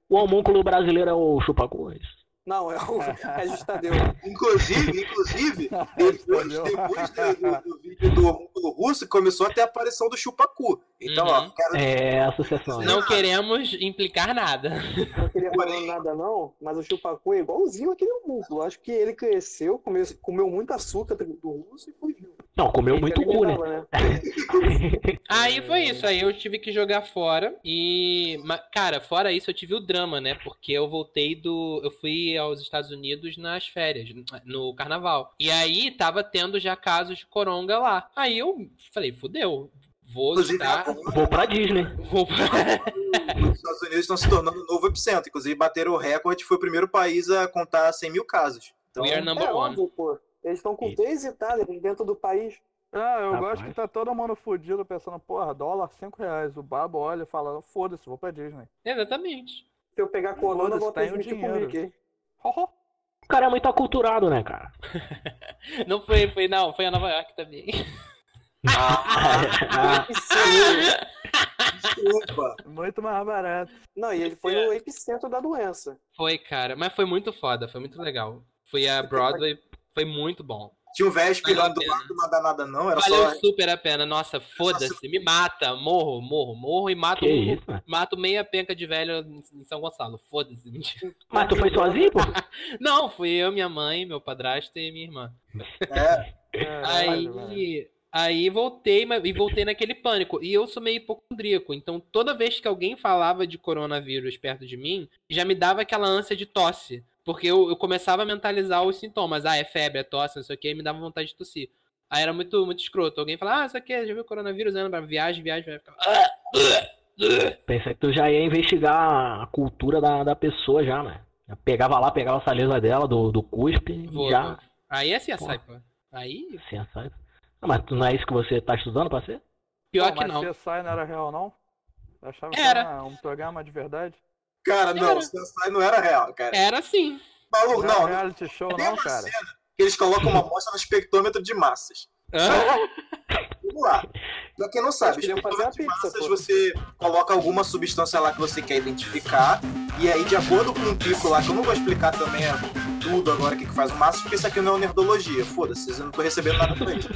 o homúnculo brasileiro é o chupacuz.
Não, é o é Justadeu.
Inclusive, inclusive, depois,
Entendeu?
depois do, do- do vídeo do homúnculo russo, começou até a aparição do chupacu. Então, ó,
Uhum.
cara,
É, associação. né?
Não queremos implicar nada.
Não queria falar
Porém-
nada, não, mas o chupacu é igualzinho aquele homúnculo. Acho que ele cresceu, comeu, comeu muito açúcar do do russo e fugiu.
Não, comeu muito
Ele
cu, né?
alimentava, né?
Aí foi isso, aí eu tive que jogar fora e, ma- cara, fora isso eu tive o drama, né? Porque eu voltei do, eu fui aos Estados Unidos nas férias, no carnaval. E aí tava tendo já casos de coronga lá. Aí eu falei, fudeu, vou
inclusive,
estar,
agora
Vou pra Disney.
vou pra-
os Estados Unidos estão se tornando o novo epicentro. Inclusive, bateram o recorde, foi o primeiro país a contar 100 mil casos. Então,
né?
We are number
é
one.
óbvio, pô. Eles estão com
E-
três Itálias dentro do país.
Ah, eu
Rapaz.
gosto que tá todo mundo fudido pensando, porra, dólar 5 reais. O babo olha e fala, foda-se, vou pra Disney.
Exatamente.
Se eu pegar corona, eu vou ter
Foda-se,
gente
tem o
comigo
dinheiro.
aqui.
Ho, ho.
O cara é muito aculturado, né, cara?
Não foi, foi, não, foi a Nova York também.
Ah,
Epicentro.
Desculpa.
Muito mais barato.
Não, e ele foi o epicentro da doença.
Foi, cara. Mas foi muito foda, foi muito legal. Fui a Broadway, foi muito bom.
Tinha um Vesp
Valeu
lá
a
do
pena.
lado, não dá nada não, era
Valeu
só...
super a pena. Nossa, foda-se. Me mata. Morro, morro, morro e mato,
que
um-
isso, mano.
mato meia penca de velho em São Gonçalo. Foda-se. mentira.
Mas tu foi sozinho, pô?
Não, fui eu, minha mãe, meu padrasto e minha irmã.
É,
Aí,
Caralho, velho.
aí voltei, mas- e voltei naquele pânico. E eu sou meio hipocondríaco, então toda vez que alguém falava de coronavírus perto de mim, já me dava aquela ânsia de tosse. Porque eu, eu começava a mentalizar os sintomas. Ah, é febre, é tosse, não sei o que, e me dava vontade de tossir. Aí era muito, muito escroto. Alguém falava, ah, isso aqui, já viu coronavírus? Aí eu lembrava, viagem, viagem, viagem. Eu ficava, "Ah, ah, ah."
Pensei que tu já ia investigar a cultura da, da pessoa já, né? Já Pegava lá, pegava a saliva dela, do, do cuspe,
Vou,
e já.
vou. Aí é CSI,
Porra.
pô. Aí,
Sim, sabe? Não, mas tu não é isso que você tá estudando, parceiro?
pior
Pô,
que
mas
não.
CSI não era real, não? Eu achava
Era.
que era um programa de verdade.
cara, não,
Era.
o CSI não era real, cara.
Era assim. sim.
Maluco,
era um
é
não,
reality show,
tem
não,
uma
cara.
cena que eles colocam uma amostra no espectrômetro de massas.
Hã?
Vamos lá. Pra quem não sabe,
Eles queriam fazer a
espectrômetro de
pizza,
massas
pô.
você coloca alguma substância lá que você quer identificar, e aí de acordo com o pico lá, que eu não vou explicar também é, tudo agora o que que faz o massa, porque isso aqui não é nerdologia, foda-se, eu não tô recebendo nada pra isso.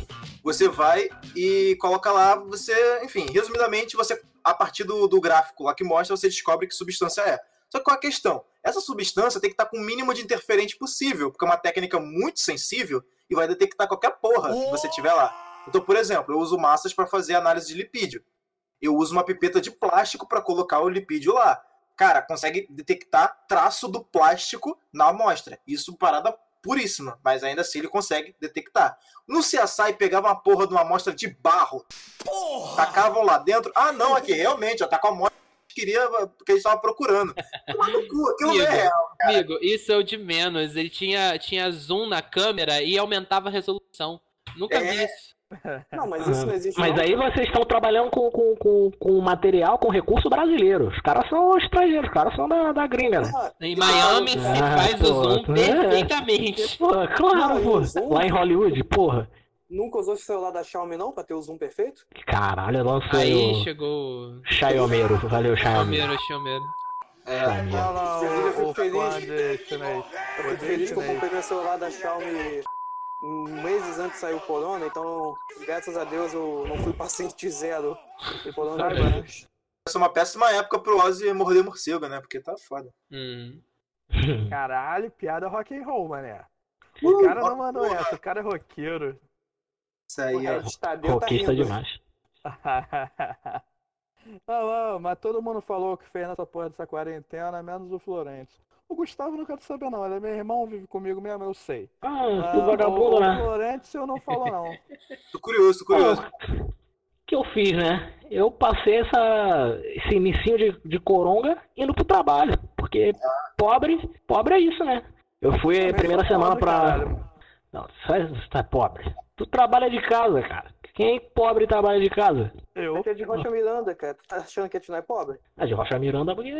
Você vai e coloca lá, você, enfim, resumidamente, você, a partir do, do gráfico lá que mostra, você descobre que substância é. Só que qual a questão? Essa substância tem que estar com o mínimo de interferente possível, porque é uma técnica muito sensível e vai detectar qualquer porra que você tiver lá. Então, por exemplo, eu uso massas para fazer análise de lipídio. Eu uso uma pipeta de plástico para colocar o lipídio lá. Cara, consegue detectar traço do plástico na amostra. Isso parada puríssima, mas ainda assim ele consegue detectar. No CSI pegava uma porra de uma amostra de barro. Tacavam lá dentro. Ah, não, aqui realmente, ó, tá com a amostra que queria, que eles estavam procurando. Toma no cu, aquilo não é
Amigo,
real.
Amigo, isso é o de menos. Ele tinha, tinha zoom na câmera e aumentava a resolução. Nunca vi
É.
isso.
Não, mas
Ah.
isso não existe.
Mas
não.
aí vocês estão trabalhando com, com, com, com material, com recurso brasileiro. Os caras são estrangeiros, os caras são da, da gringa, né?
Ah,
Em
que
Miami
maluco,
se
cara.
Ah,
faz o
pô,
zoom
tu é.
perfeitamente.
Pô, claro,
Não,
pô.
eles usam.
Lá em Hollywood, porra.
Nunca usou o celular da Xiaomi, não, pra ter o zoom perfeito?
Caralho, eu lancei
Aí
o
chegou o
Xiaomeiro. Valeu, Xiaomeiro.
Xiaomeiro, Xiaomeiro.
É,
Não, não,
Eu fico
o, o
feliz.
fã de chinês.
Eu fico feliz
né?
que eu comprei meu celular da Xiaomi meses antes de sair o corona, então, graças a Deus, eu não fui paciente zero né? do coronavírus.
né?
essa é uma péssima época pro Ozzy morder morcego, né? Porque tá foda.
Hum.
Caralho, piada rock and roll, mané.
Uh,
O cara não
rock
mandou
and roll.
essa, o cara é roqueiro.
Isso aí é.
Tadeu tá
Conquista
rindo.
demais.
não, não, Ah, mas todo mundo falou o que fez nessa porra dessa quarentena, menos o Florencio. O Gustavo não quero saber não, ele é meu irmão, vive comigo mesmo, eu sei.
Ah,
Ah,
tu
o,
vagabundo,
o
né?
Florencio não falou não.
Tô curioso, tô curioso.
Pô, O que eu fiz, né? Eu passei essa, esse inicinho de, de coronga indo pro trabalho. Porque pobre, pobre é isso, né? Eu fui a
Também
primeira
sou
semana
pobre,
pra.
caralho.
Não, sai- você tá pobre. Tu trabalha de casa, cara. Quem pobre trabalha de casa?
Eu?
Aqui é de Rocha Miranda, cara. Tu tá achando que a gente não é pobre?
A de Rocha Miranda, porque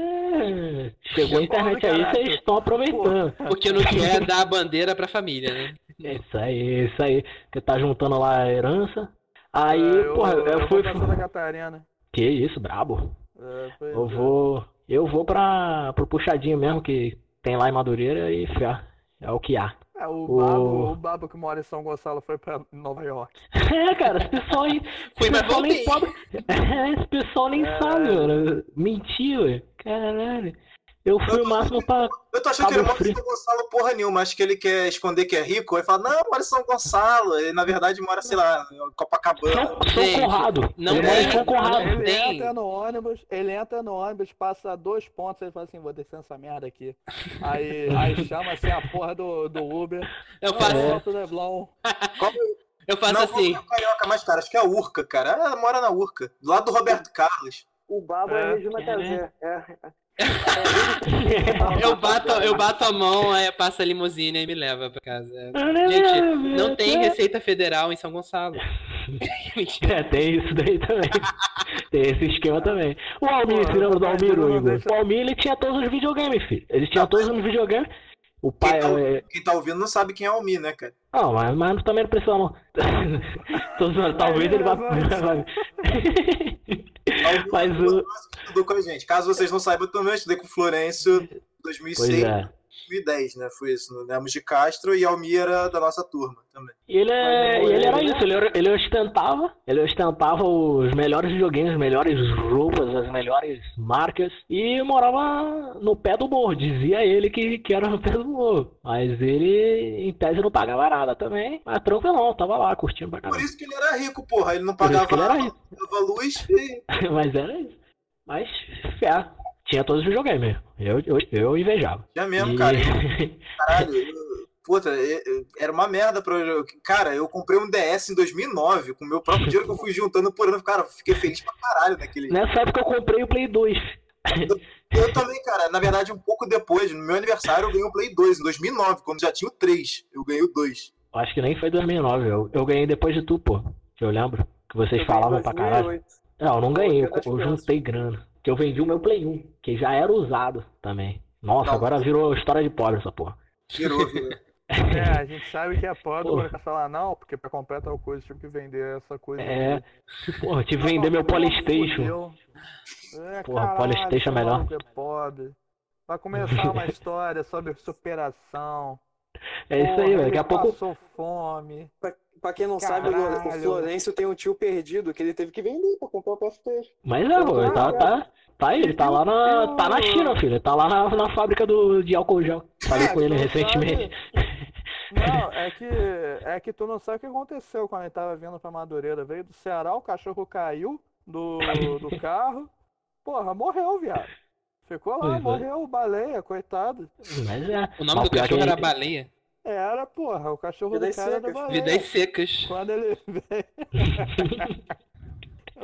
chegou a internet
Pobre,
aí,
caralho.
vocês estão aproveitando.
Porque não quer dar a bandeira pra família, né?
É isso aí, é isso aí. Porque tá juntando lá a herança. Aí,
É, eu,
porra, eu,
eu
fui.
vou pra Santa Catarina.
Que isso, brabo.
É, pois
Eu
é.
vou. Eu vou pra, pro puxadinho mesmo que tem lá em Madureira e fé. É o que há.
É, o,
O-
Babo, o Babo que mora em São Gonçalo foi pra Nova York.
É, cara, esse pessoal aí.
Fui,
esse
mas
pessoal nem
voltei.
sabe. É, esse pessoal nem
Caralho.
sabe, mano. Mentira. Caralho. Eu fui o máximo pra.
Eu tô achando que
Cabo
ele mora em
Frio.
São Gonçalo porra nenhuma. Acho que ele quer esconder que é rico. Aí fala, não, mora em São Gonçalo. Ele, na verdade, mora, sei lá, em Copacabana.
São, São
Gente,
Conrado.
não
Ele mora em
tem-
São Conrado.
Ele
Tem.
entra no ônibus, ele entra no ônibus, passa dois pontos, ele fala assim, vou descer essa merda aqui. Aí, aí chama assim a porra do, do Uber.
Eu
"Ah,
faço,
É.
volta, Leblon.
eu faço
não,
assim.
Não, é carioca mais, cara. Acho que é a Urca, cara. Ela mora na Urca. Do lado do Roberto Carlos.
O Babo é,
É.
Regina Casé. É.
Eu bato, eu bato a mão, aí passa a limusine e me leva pra casa. Gente, não tem Receita Federal em São Gonçalo. Mentira.
É, tem isso daí também. tem esse esquema também. O Almir,
Pô,
se lembra do
mas
Almir,
não
Igor?
deixa-
O Almir, ele tinha todos os videogames, filho. Ele tinha
Não,
todos os videogames. O pai...
Então-
é,
Quem tá ouvindo não sabe quem é o Mi, né, cara?
Não, Ah, mas, mas também não precisa não. Tô zoando, talvez ele vá...
Vai.
Almir
mas o...
Estudou com a gente. Caso vocês não saibam, eu também estudei com o Florencio em
Pois
2006,
é.
2010, né? Foi isso, no Lemos de Castro e Almir era da nossa turma também.
E ele, é-
Mas o-
e ele era isso, ele, era- ele ostentava, ele ostentava os melhores videogames, as melhores roupas, as melhores marcas, e morava no pé do morro, dizia ele que, que era no pé do morro. Mas ele, em tese, não pagava nada também, mas tranquilão, tava lá, curtindo pra
Por
caramba.
isso que ele era rico, porra. Ele não
Ah. Por isso
pagava,
que ele era isso.
pagava luz e.
Mas era isso. Mas, fé, tinha todos os videogames, eu, eu, eu invejava.
Já mesmo,
E-
cara. Caralho. eu- Puta, eu- eu- era uma merda pra. eu- Cara, eu comprei um DS em 2009 com o meu próprio dinheiro que eu fui juntando por ano. Cara, eu fiquei feliz pra caralho naquele.
Nessa época eu comprei o Play 2.
Eu também, cara. Na verdade, um pouco depois, no meu aniversário, eu ganhei o Play 2 em 2009, quando já tinha o 3. Eu ganhei o 2.
Eu acho que nem foi 2009, eu, eu ganhei depois de tu, pô. Que eu lembro que vocês falavam pra caralho. Não, eu não ganhei, eu,
Pô,
eu
eu acho
juntei grana. Que eu vendi o meu Play 1, que já era usado também. Nossa,
Não.
agora virou história de pobre essa porra.
Virou, virou.
É, a gente sabe que é pobre,
Porra.
mas vai falar não, porque pra comprar tal coisa tive que vender essa coisa.
É.
aqui.
Porra, eu tive que
Ah,
vender
não,
meu
porra,
Polystation.
fudeu. É,
Porra,
caralho,
Polystation é
esse
melhor.
maluco É pobre. Vai começar uma história sobre superação.
É isso aí,
Porra,
velho. Daqui
ele
a pouco.
Passou fome.
Pra quem não sabe, o- o
Caralho.
Florencio tem um tio perdido que ele teve que vender pra comprar o PlayStation.
Mas é, pô, ele tá, tá, tá aí, ele tá lá na. Tá na China, filho. Ele tá lá na, na fábrica do, de álcool gel. Falei
Ah,
com
tu
ele
não
recentemente.
Não, é que, é que tu não sabe o que aconteceu quando ele tava vindo pra Madureira. Veio do Ceará, o cachorro caiu do, do carro. Porra, morreu, viado. Ficou
Pois
lá,
é.
morreu, baleia, coitado.
Mas é.
O nome
Mas pior
do
que
cachorro
ele-
era Baleia.
Era, porra, o cachorro
Vidas
do cara era
secas.
baleia.
Vidas secas.
Quando ele vem.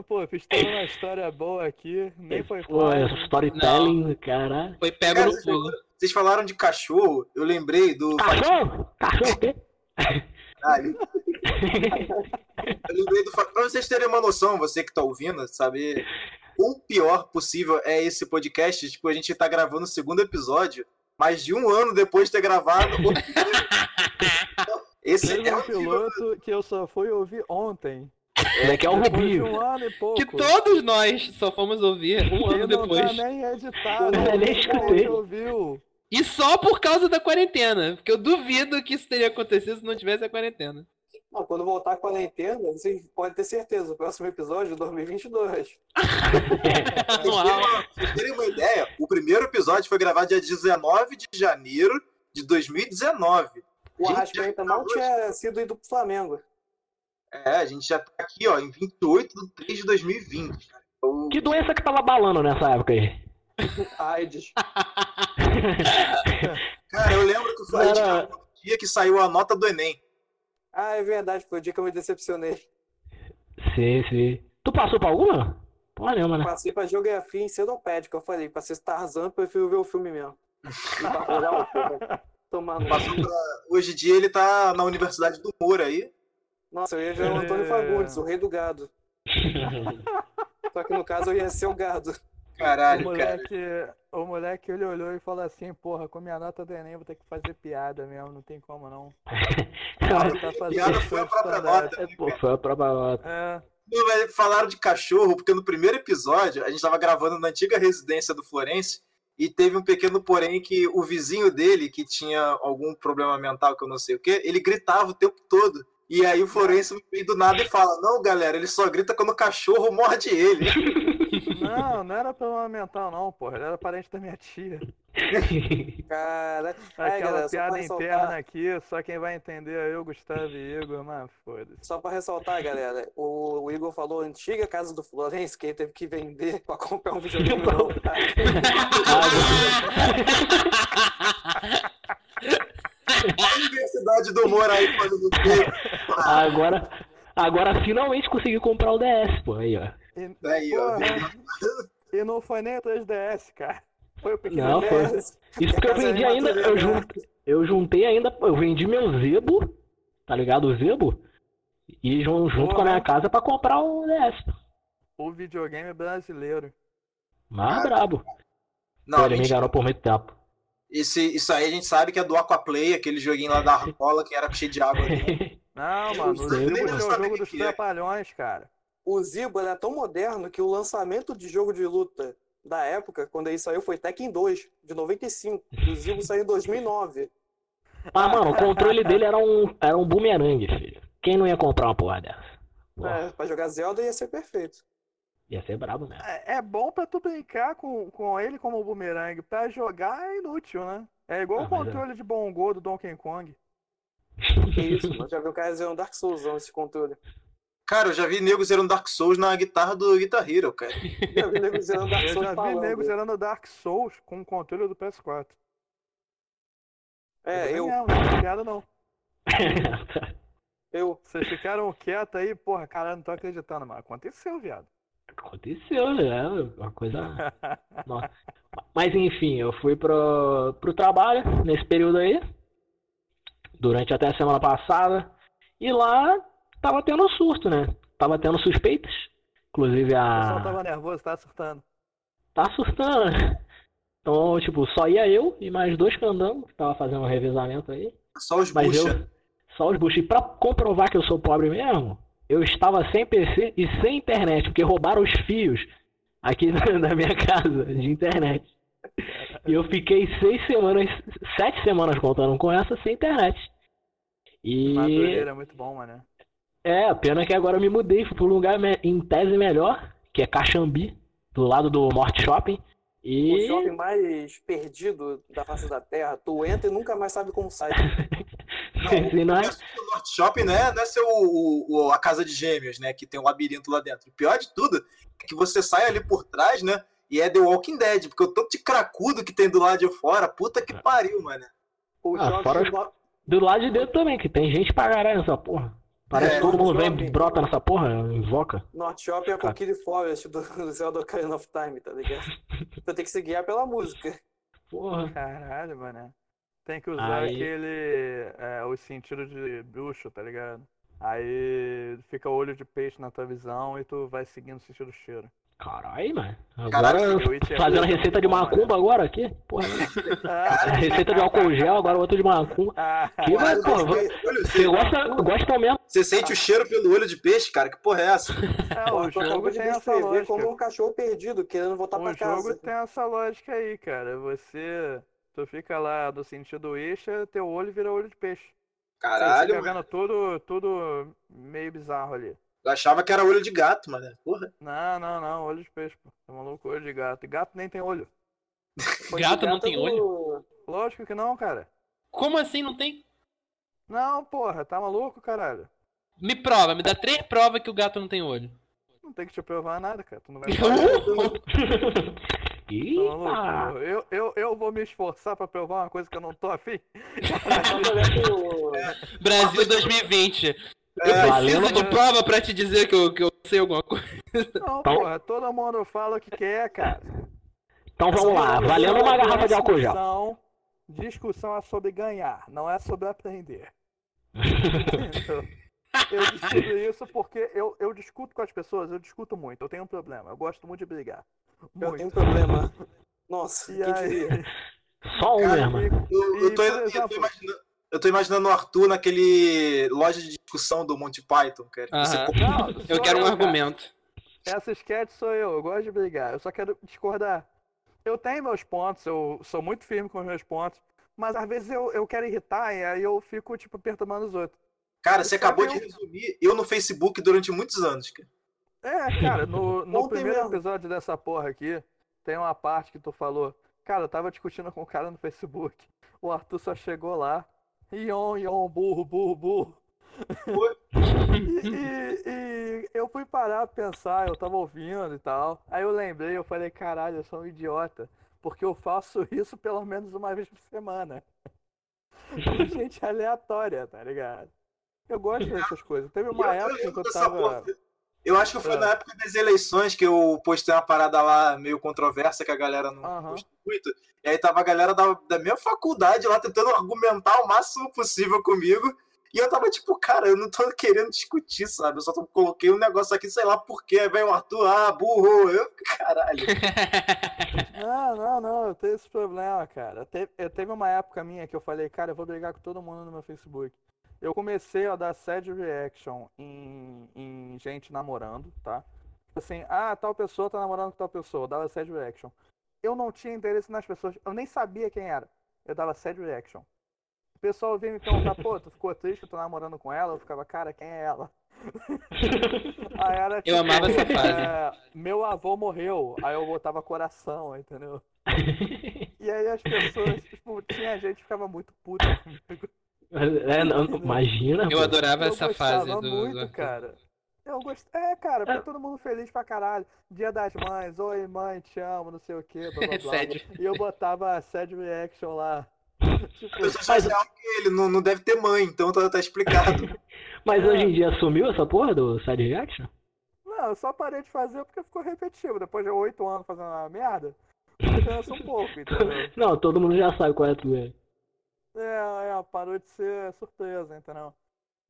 Pô, eu fiz toda uma história boa aqui, nem foi
Pô, é
fácil.
storytelling, caralho.
Foi pego
Cara,
no
vocês
pulo.
Vocês falaram de cachorro, eu lembrei do.
Cachorro? Cachorro o quê?
Caralho. Eu lembrei do. fa- Pra vocês terem uma noção, você que tá ouvindo, saber o pior possível é esse podcast. Tipo, a gente tá gravando o segundo episódio, mas de um ano depois de ter gravado. o primeiro. Esse
Teve
é
um
o piloto.
piloto que eu só fui ouvir ontem.
Daqui é o
Depois de
Rubinho.
um ano e pouco.
Que todos nós só fomos ouvir um
E não
ano depois.
tá nem editado.
Eu nem
ninguém
escutei.
ouviu.
E só por causa da quarentena. Porque eu duvido que isso teria acontecido se não tivesse a quarentena.
Não, quando voltar a quarentena, vocês podem ter certeza, o próximo episódio é 2022.
Anual.
Pra vocês terem uma ideia, o primeiro episódio foi gravado dia 19 de janeiro de 2019.
O
Gente,
Arrascaeta mal tinha sido ido pro Flamengo.
É, a gente já tá aqui, ó, em 28 de 3 de 2020. cara. Então,
Que doença que tava balando nessa época aí?
AIDS.
Cara, eu lembro que foi a gente
Era-
gravou no dia que saiu a nota do Enem.
Ah, é verdade, foi o dia que eu me decepcionei.
Sim, sim. Tu passou pra alguma? Porra nenhuma, né?
Passei pra geografia enciclopédica, eu falei, pra ser Tarzan, eu prefiro ver o filme mesmo. E pra rolar o filme. né? Tomar no-
Passou pra- Hoje em dia ele tá na Universidade do Humor aí.
Nossa, eu ia ver o Antônio
É.
Fagundes, o rei do gado. Só que no caso eu ia ser o gado.
O
Caralho, cara.
moleque, o moleque, ele olhou e falou assim, porra, com minha nota do Enem vou ter que fazer piada mesmo, não tem como não.
Ah,
Ele tá
Piada foi a própria
stand-up.
nota.
É, Pô, foi a própria.
É,
Não, mas falaram de cachorro, porque no primeiro episódio a gente tava gravando na antiga residência do Florencio e teve um pequeno porém que o vizinho dele, que tinha algum problema mental que eu não sei o que, ele gritava o tempo todo. E aí o Florencio vem do nada e fala: Não, galera, ele só grita quando o cachorro morde ele.
não, não era problema mental não, porra, ele era parente da minha tia.
Cara,
Aquela
Ai, galera, só
piada
pra ressaltar-
interna aqui, só quem vai entender é eu, Gustavo e Igor, mas foda-se.
só pra ressaltar, galera, o, o Igor falou a antiga casa do Florencio, que ele teve que vender pra comprar um videogame novo.
Universidade do Humor aí fazendo o quê?
agora, agora finalmente consegui comprar o DS, pô. Aí, ó.
E,
Aí, ó.
porra, e não foi nem o 3DS, cara. Foi o pequeno
Não, foi.
Nerd.
Isso porque eu vendi ainda, eu, jun- eu juntei ainda, eu vendi meu Zebo, tá ligado? O Zebo. E jun- junto com a minha casa pra comprar o DS.
O videogame brasileiro.
Mais
Cara,
brabo.
Não,
Ele me
mentira.
enganou por muito tempo.
Esse, isso aí a gente sabe que é do Aquaplay, aquele joguinho lá da Arcola que era cheio de água. ali.
Não, mano, o
Eu
nem
Zibo é
não
o
sabia
jogo
que
dos
que é.
trapalhões, cara.
O Zibo era tão moderno que o lançamento de jogo de luta da época, quando ele saiu, foi Tekken 2, de 95. E o Zibo saiu em 2009.
Ah, mano, o controle dele era um, era um bumerangue, filho. Quem não ia comprar uma porra dessa? Porra,
É, pra jogar Zelda ia ser perfeito.
ia ser brabo mesmo.
É, é bom pra tu brincar com, com ele como o bumerangue. Pra jogar é inútil, né? É igual
Ah,
o
mas é.
controle de bongo do Donkey Kong.
Que isso, mano. Já vi o cara zerando Dark Souls usando esse controle.
Cara, eu já vi nego zerando Dark Souls na guitarra do Guitar Hero, cara.
Já vi nego zerando Dark
Eu
Souls né?
já vi
falando.
nego zerando Dark Souls com o controle do PS4.
É, eu,
Não, não é piada não.
eu.
Vocês ficaram quietos aí, porra, cara, não tô acreditando, mas aconteceu, viado.
Aconteceu, né? Uma coisa. Nossa. Mas enfim, eu fui pro, pro trabalho nesse período aí, durante até a semana passada, e lá tava tendo surto, né? Tava tendo suspeitas. Inclusive
O pessoal
a.
tava nervoso, tava surtando.
Tá surtando. né? Então, tipo, só ia eu e mais dois candangos que tava fazendo um revezamento aí.
Só os
Mas
bucha.
eu, é. só os buchos. E pra comprovar que eu sou pobre mesmo, eu estava sem PC e sem internet, porque roubaram os fios aqui na, na minha casa de internet. E eu fiquei seis semanas, sete semanas contando com essa sem internet. E
Madureira é muito bom, mano.
é, pena que agora eu me mudei, fui pra um lugar me- em tese melhor, que é Caxambi, do lado do Morte Shopping.
O
E
shopping mais perdido da face da terra. Tu entra e nunca mais sabe como sai.
pensei, não é?
O Norte Shopping né, não é ser o, o- o- a casa de gêmeos, né? Que tem um labirinto lá dentro. O pior de tudo é que você sai ali por trás, né? E é The Walking Dead, porque o tanto de cracudo que tem do lado de fora, puta
É.
que pariu, mano.
O
Ah,
shopping
fora os-
do no-
Do lado de dentro também, que tem gente pra caralho nessa porra. Parece
É,
que todo mundo vem,
jovem.
brota nessa porra, invoca.
North Shopping é a
Cara.
Coquille Forest do, do Zelda Ocarina of Time, tá ligado? Tu tem que se guiar pela música.
Porra.
Caralho, mano. Tem que usar
Aí-
aquele. É, o sentido de bruxo, tá ligado? Aí fica o olho de peixe na tua visão e tu vai seguindo o sentido do cheiro.
Caralho, mano. Agora
Caralho,
The Witcher é
fazendo a
muito
receita de
bom, mano.
macumba agora aqui? Porra.
Ah,
receita de álcool gel, agora outra de macumba.
ah,
Que vai, porra. vai-
Olha,
Você
você,
gosta, gosta mesmo?
você sente o cheiro pelo olho de peixe, cara? Que porra é essa?
é,
Pô,
o
tu Então, acabou
jogo
de
tem essa
descrever
lógica.
como um cachorro perdido, querendo voltar
O
pra
jogo
casa.
tem essa lógica aí, cara. Você. Tu fica lá do sentido isha, teu olho vira olho de peixe. Você
Caralho,
fica
mano.
vendo tudo, tudo meio bizarro ali.
Eu achava que era olho de gato, mano. Porra.
Não, não, não, olho de peixe, pô. Tá maluco, olho de gato. E gato nem tem olho.
Pô,
Gato
esse
não
gato
tem
é do-
Lógico que não, cara.
Como assim não tem?
Não, porra, tá maluco, caralho.
Me prova, me dá três provas que o gato não tem olho.
Não tem que te provar nada, cara. Tu não vai falar.
Uh!
Tá
Eita!
maluco? Eu, eu, eu vou me esforçar pra provar uma coisa que eu não tô afim.
Brasil 2020. Eu
É,
valendo-
preciso de prova pra te dizer que eu, que eu sei alguma coisa.
Não,
Então-
porra, todo mundo fala o que quer, cara.
Então vamos lá,
é
valendo uma garrafa de álcool gel.
Discussão, discussão é sobre ganhar, não é sobre aprender. Entendeu? eu discuto isso porque eu, eu discuto com as pessoas, eu discuto muito, eu tenho um problema, eu gosto muito de brigar.
Eu tenho um
Muito.
problema. Nossa,
E
quem
aí,
diria?
Só um
Cara,
mesmo.
eu, eu tô,
E, por
eu tô
exemplo-
imaginando. Eu tô imaginando o Arthur naquele loja de discussão do Monty Python, cara. Você
Aham.
Não,
Eu
sou
quero um
cara.
argumento.
Essa sketch sou eu, eu gosto de brigar, eu só quero discordar. Eu tenho meus pontos, eu sou muito firme com os meus pontos, mas às vezes eu, eu quero irritar e aí eu fico, tipo, perturbando os outros.
Cara, você
Só
acabou
que
de resumir eu no Facebook durante muitos anos, cara.
É, cara, no, no
Ontem
primeiro
mesmo.
episódio dessa porra aqui, tem uma parte que tu falou, cara, eu tava discutindo com o cara no Facebook, o Arthur só chegou lá, ion, ion, burro, burro, burro. E, e- e eu fui parar pra pensar, eu tava ouvindo e tal, aí eu lembrei, eu falei, caralho, eu sou um idiota, porque eu faço isso pelo menos uma vez por semana. Com gente aleatória, tá ligado? Eu gosto dessas coisas. Teve uma
eu
época que
lembro
eu
dessa
tava.
porra. Eu acho que foi
É.
na época das eleições que eu postei uma parada lá meio controversa que a galera não
Aham.
gostou muito. E aí tava a galera da, da minha faculdade lá tentando argumentar o máximo possível comigo. E eu tava tipo, cara, eu não tô querendo discutir, sabe? Eu só tô- coloquei um negócio aqui, sei lá por quê. Aí Vem o Arthur, ah, burro. Eu, caralho.
Não, não, não, eu tenho esse problema, cara. Eu, te- eu teve uma época minha que eu falei, cara, eu vou brigar com todo mundo no meu Facebook. Eu comecei a dar sad reaction em, em gente namorando, tá? Assim, ah, tal pessoa tá namorando com tal pessoa, eu dava sad reaction. Eu não tinha interesse nas pessoas, eu nem sabia quem era. Eu dava sad reaction. O pessoal vinha me perguntar, pô, tu ficou triste, eu tô namorando com ela? Eu ficava, cara, quem é ela? Aí era
Eu amava essa
tipo,
fase.
é, meu avô morreu, aí eu botava coração, entendeu? E aí as pessoas, tipo, tinha gente que ficava muito puta comigo.
É, não, não, imagina.
Eu
pô.
adorava
Eu
essa
gostava
fase do.
muito,
do-
cara. Eu gostei. É, cara, foi todo mundo feliz pra caralho. Dia das mães, oi mãe, te amo, não sei o que, blá blá blá.
Sad.
E eu botava sad reaction lá. Tipo,
Eu sou especial que ele, não, não deve ter mãe, então tá, tá explicado.
Mas hoje em dia sumiu essa porra do side reaction?
não, eu só parei de fazer porque ficou repetitivo. Depois de oito anos fazendo uma merda, eu canso um pouco, entendeu?
Não, todo mundo já sabe qual é a tua.
É, é, parou de ser surpresa, entendeu?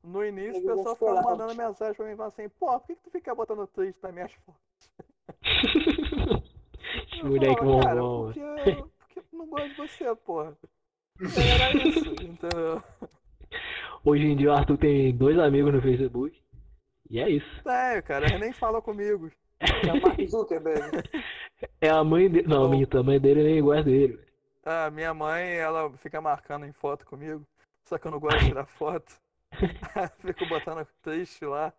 No início
Ele
o pessoal
gostou
ficava
lá.
mandando mensagem pra mim falando assim, pô, por que, que tu fica botando triste nas minhas fotos?
Esse
Eu
moleque
falava, cara,
mongol.
porque, eu- porque eu não gosto de você, porra. Então Era isso, entendeu?
Hoje em dia o Arthur tem dois amigos no Facebook. E é isso.
Sério, cara, ele nem fala comigo.
É o Mark Zuckerberg.
É a mãe dele. Não,
Bom.
minta, a mãe dele nem gosta dele. velho.
Ah, minha mãe, ela fica marcando em foto comigo, só que eu não gosto de tirar foto. Fico botando triste lá.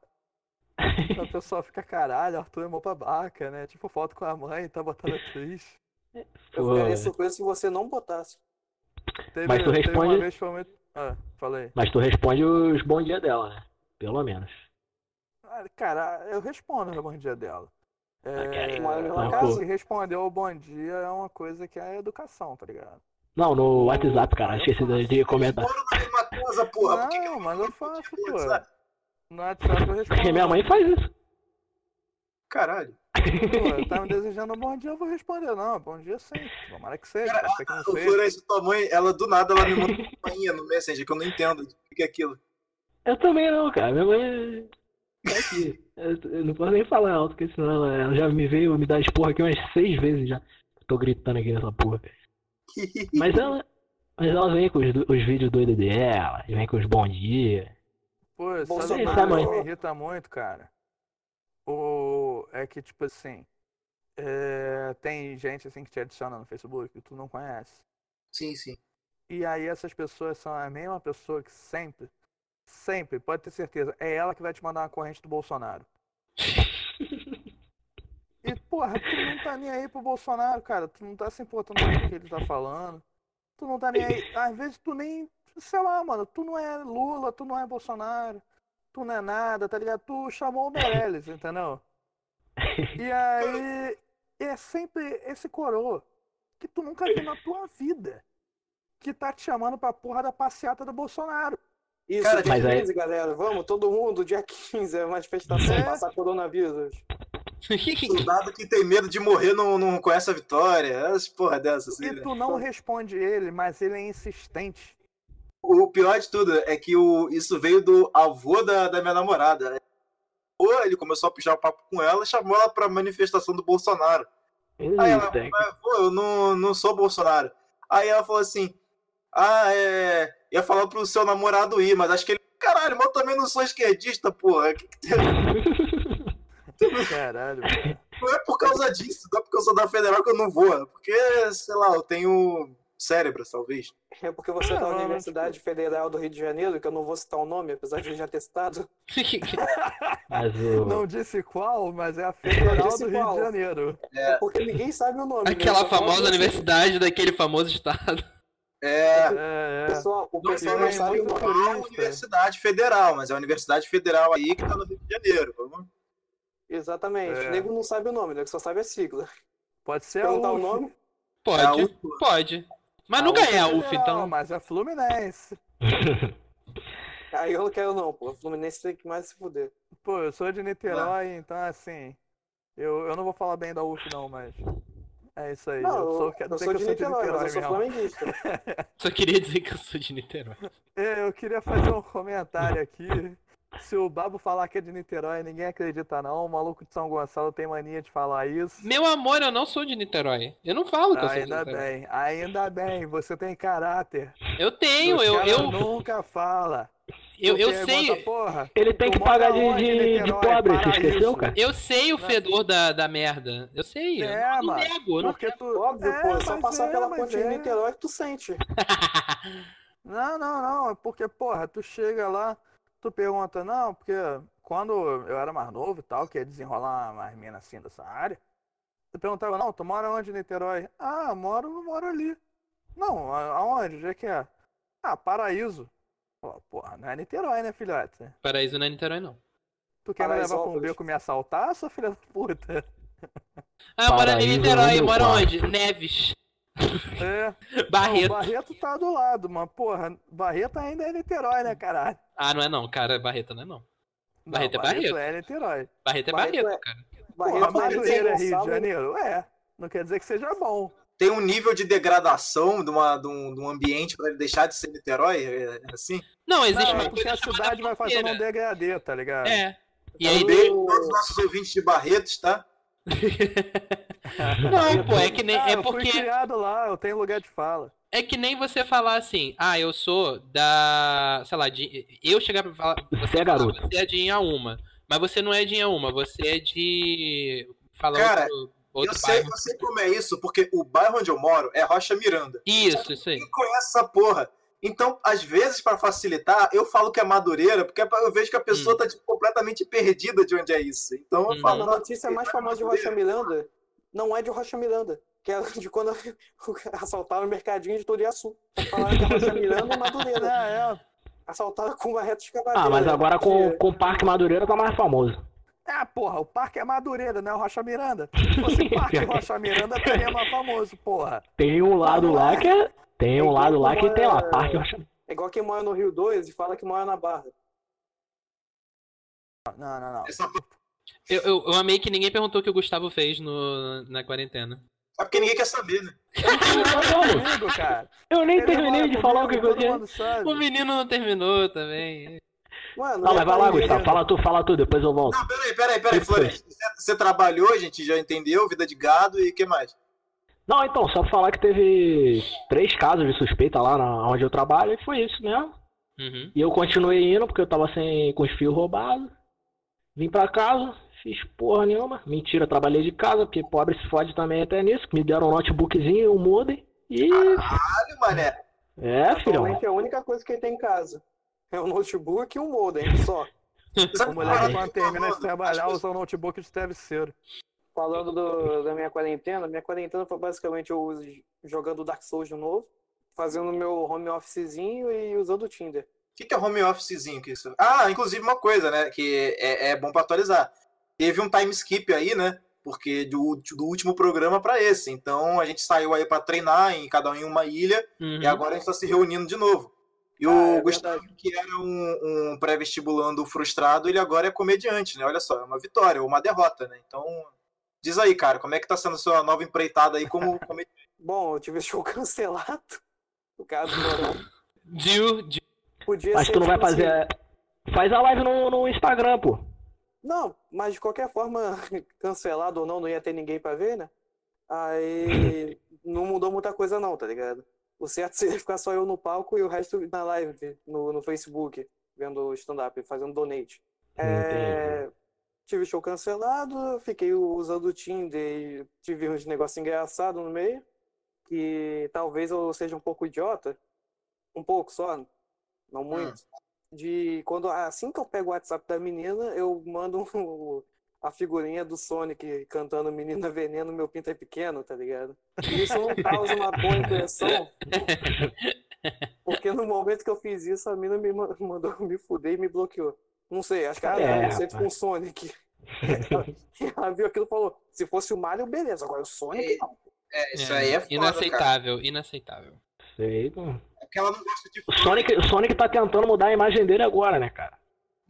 O pessoal fica, caralho, Arthur é mó babaca, né? Tipo, foto com a mãe, tá botando triste.
Eu
Pô,
ficaria
velho.
surpreso se você não botasse.
Teve,
Mas tu
teve uma
responde-
vez que foi muito. Ah, falei.
Mas tu responde os bom dia dela, né? Pelo menos.
Ah, Cara, eu respondo o bom dia dela. É,
mora na mesma
no
casa?
caso, que respondeu o bom dia é uma coisa que é educação, tá ligado?
Não, no WhatsApp, cara.
eu
Esqueci de- de comentar.
Moro na mesma casa, porra. Por que que
Não, mas eu faço,
eu
pô.
vou WhatsApp?
No WhatsApp eu respondo.
Porque minha mãe faz isso.
Caralho.
Pô, tá me desejando um bom dia, eu vou responder. Não, bom dia sim. Tomara que seja, pode ser que não
O
seja.
Florencio, tua mãe, ela do nada, ela me manda uma campainha no Messenger, que eu não entendo o que é aquilo.
Eu também não, cara. Minha mãe. Tá aqui. Eu, eu não posso nem falar alto, porque senão ela, ela já me veio me dar esporra aqui umas seis vezes já. Tô gritando aqui nessa porra. Mas ela. Mas ela vem com os, do- os vídeos doidos dela, vem com os bom dia.
Pô, sabe
Bolsonaro.
uma coisa que me
Sim,
mãe.
irrita muito, cara? O... É que, tipo assim, é, tem gente assim que te adiciona no Facebook que tu não conhece.
Sim, sim.
E aí essas pessoas são a mesma pessoa que sempre, sempre, pode ter certeza, é ela que vai te mandar uma corrente do Bolsonaro. E porra, tu não tá nem aí pro Bolsonaro, cara. Tu não tá se importando com o que ele tá falando. Tu não tá nem aí. Às vezes tu nem. Sei lá, mano, tu não é Lula, tu não é Bolsonaro, tu não é nada, tá ligado? Tu chamou o Meirelles, entendeu? E aí. É sempre esse coroa que tu nunca viu na tua vida que tá te chamando pra porra da passeata do Bolsonaro.
Isso,
Cara,
dia
mas aí-
15, galera. Vamos, todo mundo, dia 15, é manifestação,
É.
passar coronavírus.
Soldado que tem medo de morrer não, não conhece a vitória. As porra dessas. Assim,
E
né?
tu não responde ele, mas ele é insistente.
O pior de tudo é que o, isso veio do avô da, da minha namorada. Ou ele começou a puxar o papo com ela e chamou ela pra manifestação do Bolsonaro. Aí ela,
Eita,
pô, eu não, não sou Bolsonaro. Aí ela falou assim: Ah, é. Ia falar pro seu namorado ir, mas acho que ele. Caralho, mas eu também não sou esquerdista, porra. Que que tem-
Caralho, cara.
Não é por causa disso, não é porque eu sou da federal que eu não vou. É porque, sei lá, eu tenho cérebro, talvez.
É porque você é
Ah,
da
não,
Universidade Federal do Rio de Janeiro, que eu não vou citar o nome, apesar de eu já ter citado.
mas o.
Não disse qual, mas é a Federal do
disse
Rio
qual.
de Janeiro.
É porque ninguém sabe o nome. né?
Aquela
Só fala
famosa
assim,
universidade daquele famoso estado.
É.
É, é.
Pessoal, o
Não,
pessoal
não,
não
é
sabe o
muito
nome.
não é a
turista.
Universidade Federal, mas é a Universidade Federal aí que tá no Rio de Janeiro. Vamos...
Exatamente.
É.
O nego não sabe o nome, né? Que só sabe a sigla.
Pode ser a
Perguntar o
UF.
nome.
É a
Pode,
última.
pode. Mas
A
nunca é a
Federal,
UF, então.
Mas é Fluminense.
Aí eu não quero, não, pô. Fluminense tem que mais se fuder.
Pô, eu sou de Niterói, então assim. Eu, eu não vou falar bem da UF, não, mas. É isso aí.
Não,
eu sou, quero
eu
dizer
sou
que
de
eu sou de
Niterói, mas eu sou
mesmo.
flamenguista.
Só queria dizer que eu sou de Niterói.
É, Eu queria fazer um comentário aqui. Se o Babo falar que é de Niterói, ninguém acredita não. O maluco de São Gonçalo tem mania de falar isso.
Meu amor, eu não sou de Niterói. Eu não falo que eu sou de
Ah, Ainda
Niterói.
bem, ainda bem, você tem caráter.
Eu tenho,
Os
eu,
cara
eu,
nunca fala. é
eu,
Tu
eu
pergunta,
sei.
Porra,
Ele tem
Tu
que
mora
pagar de,
onde,
de, de
Niterói?
pobre, você
Para
esqueceu,
isso.
cara?
Eu sei o fedor da, da merda. Eu sei. eu
É,
não
mano,
nego, eu não
porque tu.
Óbvio,
É,
pô, é só
mas
passar
é,
pela
mas
ponte
é.
de Niterói que tu sente.
Não, não, não. É porque, porra, tu chega lá, tu pergunta, não, porque quando eu era mais novo e tal, que ia desenrolar mais mina assim dessa área, eu perguntava, não, tu mora onde em Niterói? Ah, eu moro, eu moro ali. Não, a- aonde? Onde é que é? Ah, Paraíso. Pô, porra, não é Niterói, né, filhote?
Paraíso não é Niterói, não.
Tu quer me levar pra um
Paraisópolis.
beco me assaltar, sua filha da puta?
Ah, mora em
Paraíso é
Niterói,
número
mora
quatro.
onde? Neves.
É. Não,
Barreto.
Barreto tá do lado, mas, porra, Barreto ainda é Niterói, né, caralho?
Ah, não é não, cara. Barreto não é não.
Não,
Barreto é Barreto.
é Niterói.
Barreto é
Barreto
Barreto,
é-
cara.
Porra,
Barreto,
Madureira é Rio de
Gonçalo,
Janeiro? É. Não quer dizer que seja bom.
Tem um nível de degradação de, uma, de, um, de um ambiente pra ele deixar de ser Niterói? É, é assim?
Não,
Não,
existe
é
uma
porque
coisa
a
chamada
cidade vai fazendo um
fronteira.
degradê, tá ligado?
É. E
Um
aí,
beijo pra todos os nossos ouvintes de Barretos, tá?
não, pô, é que nem,
Ah,
é
eu fui
porque,
criado lá, eu tenho lugar de fala.
é que nem você falar assim, ah, eu sou da, sei lá, de, eu chegar pra falar,
Você é garoto.
você é de Inhaúma, mas você não é de Inhaúma, você é de, falar
Cara,
outro,
Eu
outro
sei,
bairro.
eu sei como é isso, porque o bairro onde eu moro é Rocha Miranda.
Isso, isso aí.
Quem conhece essa porra? Então, às vezes, pra facilitar, eu falo que é Madureira, porque eu vejo que a pessoa tá tipo, completamente perdida de onde é isso. Então, eu
Hum.
A
falo,
notícia mais famosa de Rocha Miranda não é de Rocha Miranda, que é de quando assaltaram o mercadinho de Toriaçu. Falaram que é Rocha Miranda e Madureira.
Ah,
Assaltaram com uma reta de É,
Ah, mas agora com, com o Parque Madureira tá mais famoso.
é. Ah, porra, o parque é Madureira, não é o Rocha Miranda. Se fosse parque Rocha Miranda, teria mais famoso, porra.
Tem um lado lá que é. Tem um
Então,
lado lá que
como
tem lá,
é-
Parque Rocha.
É igual quem mora no Rio 2 e fala que mora na Barra.
Não, não, não.
essa porra-
Eu, eu, eu amei que ninguém perguntou o que o Gustavo fez no, na quarentena.
É porque ninguém quer saber, né?
Mano,
Comigo, cara.
Eu nem
Ele
terminei
mora
de falar o que
comigo,
que eu
todo
tinha.
mundo sabe.
O menino não terminou também.
Mano, é
Não,
e
mas vai lá,
aí,
Gustavo. Fala tu, fala tu, depois eu volto.
Não, Ah, peraí, peraí, peraí,
Isso.
Flores. Você, você trabalhou, gente já entendeu, vida de gado e o que mais?
Não, então, só pra falar que teve três casos de suspeita lá na, onde eu trabalho e foi isso mesmo.
Uhum.
E eu continuei indo porque eu tava sem, com os fios roubados. Vim pra casa, fiz porra nenhuma. Mentira, trabalhei de casa, porque pobre se fode também até nisso. Me deram um notebookzinho, um modem. E.
Olha, mané.
É, filhão.
Atualmente é a única coisa que ele tem em casa. É um notebook e um modem só.
Sabe
O moleque,
qual é
quando
o
termina de
problema?
trabalhar,
As
usa o notebook de travesseiro.
Falando do- da minha quarentena, minha quarentena foi basicamente eu us- jogando Dark Souls de novo, fazendo meu home officezinho e usando o Tinder.
O que, que é home officezinho que isso? Ah, inclusive uma coisa, né? Que é, é bom pra atualizar. Teve um time skip aí, né? Porque do, do último programa pra esse. Então a gente saiu aí pra treinar em cada um em uma ilha
Uhum.
e agora a gente tá se reunindo de novo. E o
Ah, é
Gustavo, que era um, um pré-vestibulando frustrado, ele agora é comediante, né? Olha só, é uma vitória ou uma derrota, né? Então, diz aí, cara, como é que tá sendo a sua nova empreitada aí como comediante?
Bom, eu tive show cancelado. O caso não. né?
Dil, Dil.
Podia
Mas
ser
tu não vai
tipo assim,
fazer. Faz a live no, no Instagram, pô.
Não, mas de qualquer forma, cancelado ou não, não ia ter ninguém pra ver, né? Aí não mudou muita coisa não, tá ligado? O certo seria ficar só eu no palco e o resto na live, no, no Facebook, vendo stand-up, fazendo donate. É, Tive show cancelado, fiquei usando o Tinder e tive uns negócios engraçados no meio, que talvez eu seja um pouco idiota, um pouco só, não muito. De quando assim que eu pego o WhatsApp da menina, eu mando um- a figurinha do Sonic cantando Menina Veneno, meu pinto é pequeno, tá ligado? E Isso não causa uma boa impressão, porque no momento que eu fiz isso, a menina me ma- mandou me fuder e me bloqueou. Não sei, acho que ela
Caralho,
é, sempre com
rapaz.
o Sonic. Ela viu aquilo e falou: se fosse o Mario, beleza, agora o Sonic não.
É, isso aí é foda, cara.
Inaceitável, inaceitável.
Sei, pô.
É porque ela não gosta de
O Sonic, o Sonic tá tentando mudar a imagem dele agora, né, cara?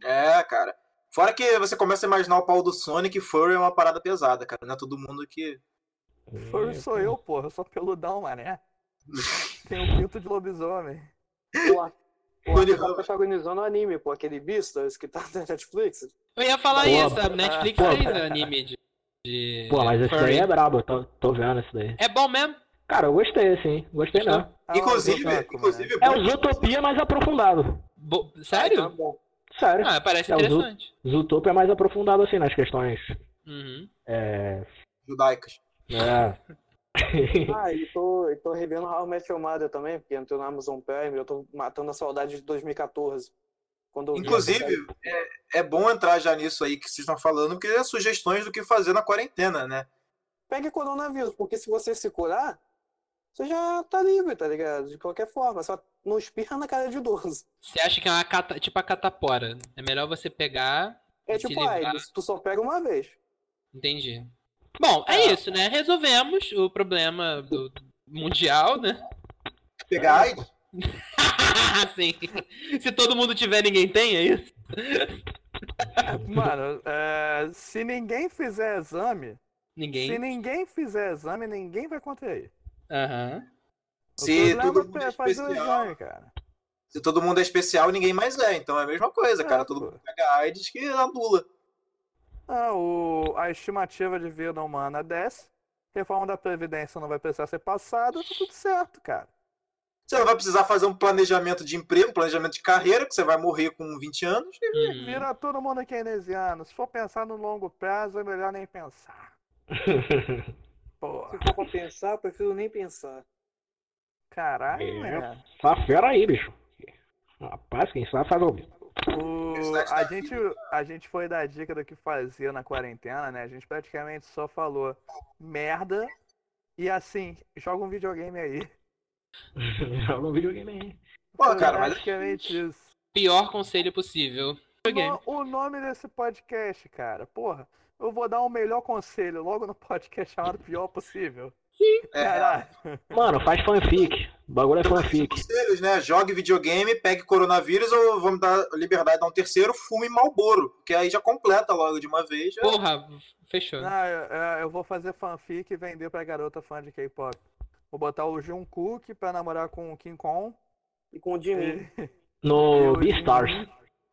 É, cara. Fora que você começa a imaginar o pau do Sonic, Furry é uma parada pesada, cara. Não é todo mundo que.
É,
Furry sou eu, porra. Eu sou peludão, mané. Tenho um pinto de lobisomem.
O ator
Tony
tá
Ramos.
protagonizando o anime, pô, aquele Beastars que tá na Netflix.
Eu ia falar
Pô,
isso, a Netflix
pô,
fez
cara.
anime de. de
Pô, mas esse
furry.
daí é brabo, eu tô, tô vendo esse daí.
É bom mesmo?
Cara, eu gostei, assim, gostei não.
Ah,
inclusive,
Zotaku, mané.
inclusive.
É
bom-
o Zootopia mais aprofundado.
Bo-
É,
Tá
Sério?
bom.
Sério.
Ah, parece
É o Zoot-
interessante.
Zootopia é mais aprofundado, assim, nas questões.
Uhum.
É.
judaicas.
é.
Ah, e tô, e tô revendo How I Met Your Mother também, porque entrou na Amazon Prime, eu tô matando a saudade de 2014. Quando eu vi essa
Inclusive,
série.
é, é bom entrar já nisso aí que vocês estão falando, porque é sugestões do que fazer na quarentena, né?
Pegue coronavírus, porque se você se curar, você já tá livre, tá ligado? De qualquer forma, só não espirra na cara de idoso.
Você acha que é uma cata... tipo a catapora? É melhor você pegar.
É
Se
tipo AIDS,
livrar.
tu só pega uma vez.
Entendi. Bom, é isso, né? Resolvemos o problema do do mundial, né?
Pegar AIDS,
Sim. Se todo mundo tiver, ninguém tem, é isso?
Mano, é, se ninguém fizer exame, se
Ninguém.
ninguém fizer exame, ninguém vai contrair.
Aham.
O
se
problema
todo mundo é
é fazer o
especial,
exame, cara.
se todo mundo é especial, ninguém mais é. Então é a mesma coisa,
É,
cara. Todo
pô.
mundo pega AIDS que anula.
Ah, o, a estimativa de vida humana desce, reforma da Previdência não vai precisar ser passada, tá tudo certo, cara.
Você não vai precisar fazer um planejamento de emprego, um planejamento de carreira, que você vai morrer com 20 anos.
Uhum.
Vira todo mundo keynesiano. Se for pensar no longo prazo, é melhor nem pensar. Porra,
Se for pra pensar, eu prefiro nem pensar.
caralho,
É.
né?
Só fera aí, bicho. Rapaz, quem sabe faz ouvido.
O-
tá
a, gente, a gente foi dar dica do que fazia na quarentena, né? A gente praticamente só falou merda e assim, joga um videogame aí.
Joga um videogame aí.
Pô,
Foi
cara, mas é
praticamente isso.
Pior conselho possível. Videogame.
No- o nome desse podcast, cara, porra, eu vou dar o melhor conselho logo no podcast chamado Pior Possível.
é,
Caralho.
Mano, faz fanfic. O bagulho é fanfic.
conselhos, né? Jogue videogame, pegue coronavírus ou vamos dar liberdade de dar um terceiro, fume Malboro, que aí já completa logo de uma vez. já-
Porra, fechou.
Não, eu, eu- eu vou fazer fanfic e vender pra garota fã de K-pop. Vou botar o Jungkook pra namorar com o King Kong.
E com o Jimmy.
E-
No
Eu-
Beastars.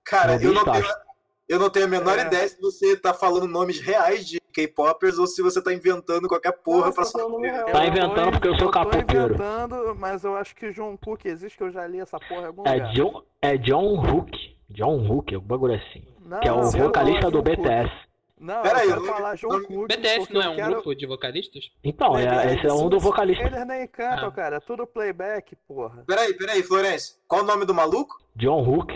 Cara,
No
eu não, tenho,
Beastars.
eu não tenho a menor
É.
ideia se você tá falando nomes reais de K-popers ou se você tá inventando qualquer porra
Nossa,
pra
tá falando
saber.
real.
Tá
Então, Eu
inventando
tô-
porque eu sou
Eu tô
capoeiro.
inventando, mas eu acho que Jungkook existe, que eu já li essa porra em algum
É
lugar.
John, é John Hook. John Hook, é um bagulho assim.
Não,
Que é o
eu quero
vocalista
falar
não,
do
Jungkook.
BTS.
Não,
Pera aí,
eu quero
eu-
falar Jungkook
BTS
porque
não é
eu
um
quero...
grupo de vocalistas?
Então, é, esse é um do vocalista.
Eles nem cantam,
Ah.
cara. É tudo playback, porra.
Peraí, peraí, Florence, qual o nome do maluco?
John Hook.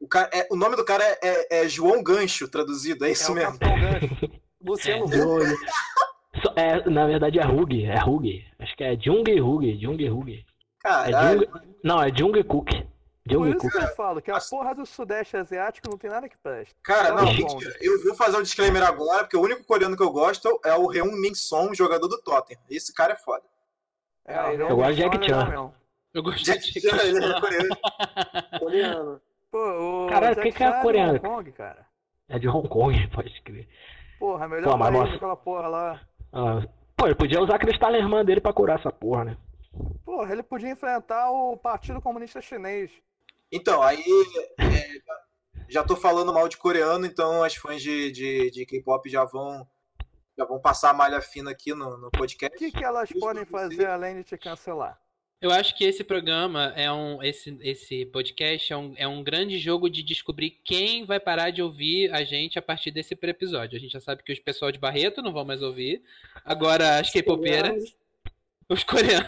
O, cara, é- o nome do cara é, é- é João Gancho, traduzido, é isso
é o
mesmo.
Capitão Gancho.
Luciano
Eu olhei. So- é, na verdade é Hug, é Hug. Acho que é Jung Hug, Jung Hug. É
Caralho.
Jung... Não, é Jung Cook.
Por
Jung
isso
Cook.
que eu falo que a
Mas-
porra do Sudeste Asiático não tem nada que preste.
Cara,
Tá
não,
bom.
mentira. Eu vou fazer um disclaimer agora, porque o único coreano que eu gosto é o Heung Min Son, jogador do Tottenham. Esse cara é foda.
É,
Ah,
o
eu
Leão
gosto de
Michel,
Jack
ele é
Chan.
mesmo.
Eu gostei
Jack
de
Chan, ele é coreano.
coreano.
Pô, o
Caralho,
Jack
que que é
Chan de
coreano?
Hong Kong, cara.
É de Hong Kong, pode crer.
Porra, melhor
Pô, mas
país
nossa.
daquela porra lá.
Ah, pô, ele podia usar aquele talismã dele pra curar essa porra, né?
Porra, ele podia enfrentar o Partido Comunista Chinês.
Então, aí. é, já tô falando mal de coreano, então as fãs de, de, de K-pop já vão. Já vão passar a malha fina aqui no, no
O que,
podcast.
que elas
Isso, é
podem
isso,
fazer
isso.
além de te cancelar?
Eu acho que esse programa é um. Esse, esse podcast é um, é um grande jogo de descobrir quem vai parar de ouvir a gente a partir desse pré-episódio. A gente já sabe que os pessoal de Barreto não vão mais ouvir. Agora as K-popeiras, os coreanos,